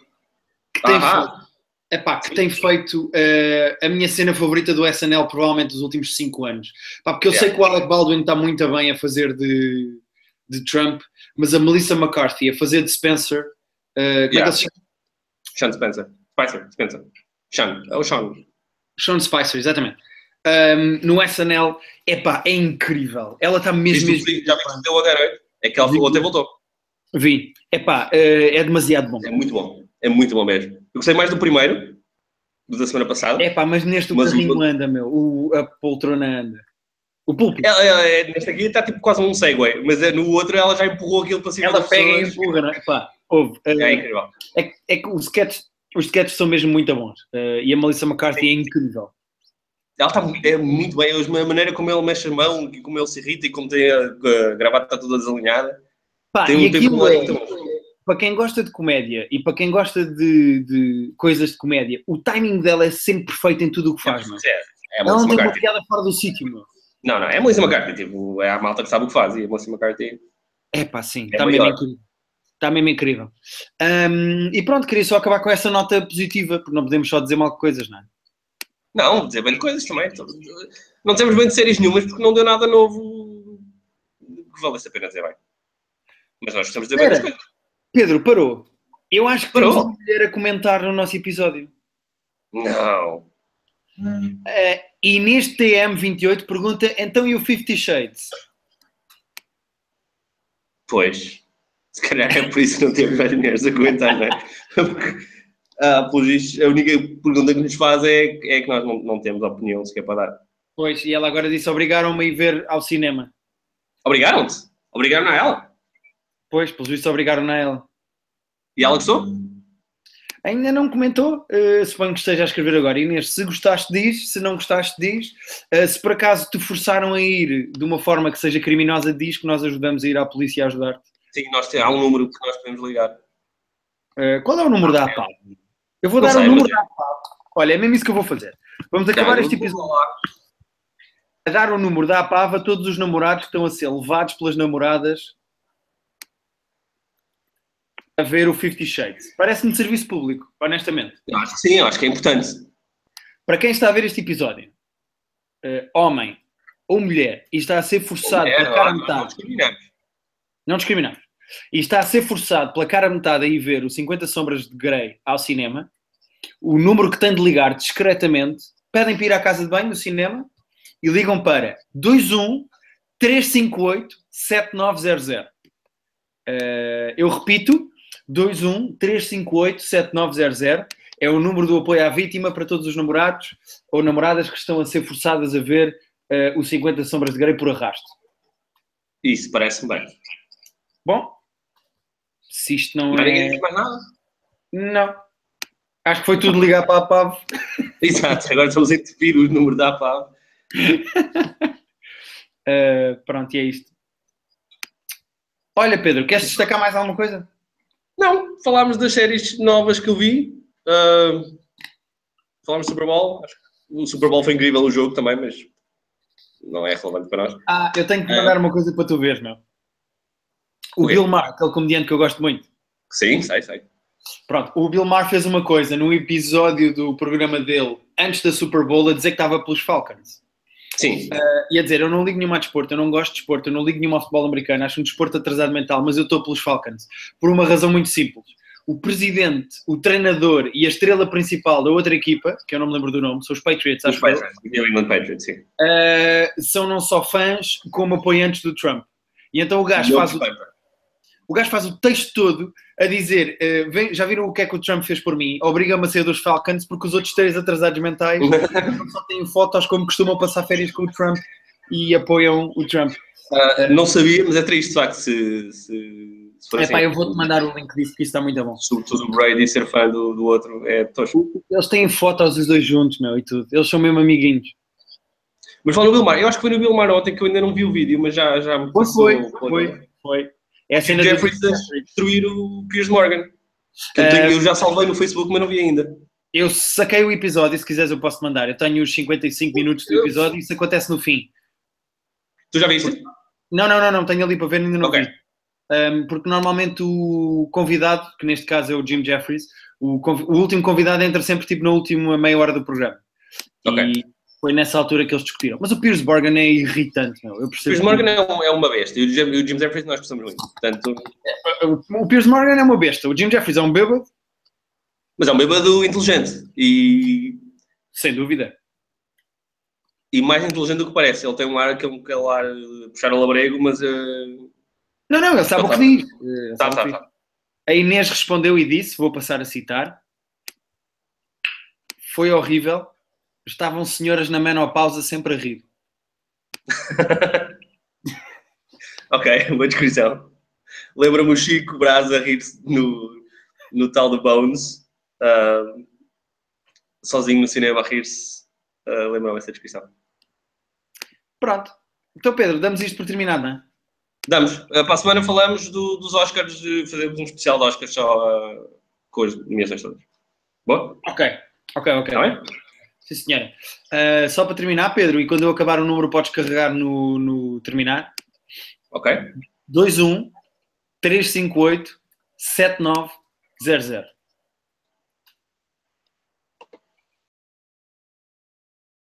que tem Ah, feito, epá, que tem feito ah, a minha cena favorita do SNL provavelmente dos últimos cinco anos. Pá, porque eu Yeah. sei que o Alec Baldwin está muito bem a fazer de, de Trump, mas a Melissa McCarthy a fazer de Spencer, ah, como é que Yeah. ele se chama? Sean Spencer. Spicer, Spencer. Sean. É o Sean. Sean Spicer, exatamente. Ahm, no SNL, epá, é incrível. Ela está Viste mesmo. o clipe, já viste o teu ontem à noite? É que ela falou ontem e voltou. Vi. Epá, eh, é demasiado bom. É muito bom. É muito bom mesmo. Eu gostei mais do primeiro, do da semana passada. Epá, mas neste o Mas o- carrinho anda, meu. O, a poltrona anda. O pulpo. Ela, ela é- nesta aqui está tipo quase um segue, mas é, no outro ela já empurrou aquilo para cima Ela das pega e pessoas. empurra, não é? Epá, ouve. eh, É incrível. é, que- é que os sketches, os sketches são mesmo muito bons. eh, e a Melissa McCarthy é incrível. Ela está muito, é muito bem. A maneira como ele mexe a mão, e como ele se irrita e como tem a, a gravata toda desalinhada. Pá, Tem e um tempo aquilo é, muito bom. para quem gosta de comédia e para quem gosta de, de coisas de comédia, o timing dela é sempre perfeito em tudo o que faz, meu. É, é a Ela Melissa não tem uma McCarthy. piada fora do sítio, meu. Não, não, é a Melissa McCarthy. Tipo, é a malta que sabe o que faz. E a Melissa McCarthy. Epá, sim, É está mesmo maior. incrível. Está mesmo incrível. Hum, e pronto, queria só acabar com essa nota positiva, porque não podemos só dizer mal de coisas, não é? Não, dizer bem de coisas também. então, Não temos bem de séries nenhumas porque não deu nada novo que valesse a pena dizer bem. Mas nós gostamos de dizer bem das Espera. coisas. Pedro, parou. Eu acho que Parou? temos uma mulher a comentar no nosso episódio. Não. Eh, Inês TM28 pergunta, então e o 50 Shades? Pois. Se calhar é por isso que não temos mais mulheres a comentar, não é? Porque, ah, pelos vistos, a única pergunta que nos faz é, é que nós não, não temos opinião sequer para dar. Pois, e ela agora disse, obrigaram-me a ir ver ao cinema. Obrigaram-te. Obrigaram a ela. Pois, pelos vistos obrigaram-na a ela. E ela gostou? Ainda não comentou, eh, suponho que esteja a escrever agora. Inês, se gostaste diz, se não gostaste diz. Eh, se por acaso te forçaram a ir de uma forma que seja criminosa, diz que nós ajudamos a ir à polícia a ajudar-te. Sim, nós temos, há um número que nós podemos ligar. Eh, qual é o número da APAP? Eu vou Não dar sei, o número mas- da APAP. Olha, é mesmo isso que eu vou fazer. Vamos acabar Já, este eu vou episódio lá. a dar o número da APAV a todos os namorados que estão a ser levados pelas namoradas a ver o 50 Shades. Parece-me serviço público, honestamente. Eu Acho que sim, eu acho que é importante. Para quem está a ver este episódio, eh, homem ou mulher, e está a ser forçado É, pela cara tá. a nós não metade, discriminamos. não discriminamos, e está a ser forçado pela cara a metade a ir ver o 50 Sombras de Grey ao cinema, o número que tem de ligar discretamente, pedem para ir à casa de banho no cinema e ligam para 21 358 7900. Eh, eu repito, 21 358 7900 é o número do apoio à vítima para todos os namorados ou namoradas que estão a ser forçadas a ver eh, o 50 Sombras de Grey por arrasto. Isso, parece-me bem. Bom, se isto não Não ninguém é. diz mais nada. Não. Acho que foi tudo ligar para a PAV. Exato, agora estamos a entupir o número da APAV. Eh, pronto, e é isto. Olha, Pedro, queres destacar mais alguma coisa? Não, falámos das séries novas que eu vi. ah, falámos do Super Bowl. Acho que o Super Bowl foi incrível o jogo também, mas não é relevante para nós. Ah, eu tenho que Eh. mandar uma coisa para tu ver, meu. O O quê? Bill Maher, aquele comediante que eu gosto muito. Sim, sei, sei. Pronto, o Bill Maher fez uma coisa no episódio do programa dele, antes da Super Bowl, a dizer que estava pelos Falcons. Sim, E a dizer, eu não ligo nenhuma a desporto, eu não gosto de desporto, eu não ligo nenhuma ao futebol americano, acho um desporto atrasado mental, mas eu estou pelos Falcons. Por uma razão muito simples. O presidente, o treinador e a estrela principal da outra equipa, que eu não me lembro do nome, são os Patriots, os acho eu, Patriots, New England Patriots, sim. eh, são não só fãs, como apoiantes do Trump. E então o gajo faz o o gajo faz o texto todo a dizer: eh, vem- já viram o que é que o Trump fez por mim? Obriga-me a ser dos Falcons porque os outros três atrasados mentais só têm fotos como costumam passar férias com o Trump e apoiam o Trump. Ah, não sabia, mas é triste, de facto, se, se, se for É assim. pá, eu vou-te mandar o link disso que isso está muito bom. Sobretudo o Brady ser fã do, do outro é tosco. Eles têm fotos os dois juntos, meu, e tudo. Eles são mesmo amiguinhos. Mas falando no Bilmar, eu acho que foi no Bilmar ontem que eu ainda não vi o vídeo, mas já, já me Foi, passou- foi, foi. foi. É a cena do- Jeffries a destruir o Piers Morgan. Que É. eu, tenho- eu já salvei no Facebook, mas não vi ainda. Eu saquei o episódio, se quiseres eu posso mandar. Eu tenho os 55 minutos do episódio e isso acontece no fim. Tu já viste? Não, não, não, não, tenho ali para ver, ainda não Ok. vi. Um, porque normalmente o convidado, que neste caso é o Jim Jeffries, o, conv- o último convidado entra sempre tipo na última meia hora do programa. Ok. E foi nessa altura que eles discutiram. Mas o Piers Morgan é irritante, meu. Eu percebo. Piers que- Morgan é, um- é uma besta e o Jim, e o Jim Jeffries nós precisamos muito. Portanto, O, o Piers Morgan é uma besta. O Jim Jeffries é um bêbado, mas é um bêbado inteligente e, sem dúvida. e mais inteligente do que parece. Ele tem um ar que é um aquele ar eh, puxar o labrego, mas. eh, Não, não, ele sabe o que Tá, tá. diz. Ele tá, sabe o tá, que tá. A Inês respondeu e disse: vou passar a citar. Foi horrível. Estavam senhoras na menopausa sempre a rir. Ok, boa descrição. Lembra-me o Chico Braz a rir-se no, no tal de Bones, ah, sozinho no cinema a rir-se. Ah, Lembra-me essa descrição. Pronto. Então, Pedro, damos isto por terminado, não é? Damos. Ah, para a semana falamos do- dos Oscars, eh, fazemos um especial de Oscars só ah, com as nomeações todas. Boa? Ok, ok, ok. Está bem? Sim, senhora. Tá Ah, só para terminar, Pedro, e quando eu acabar o número, podes carregar no, no terminar: Ok. 21 358 7900.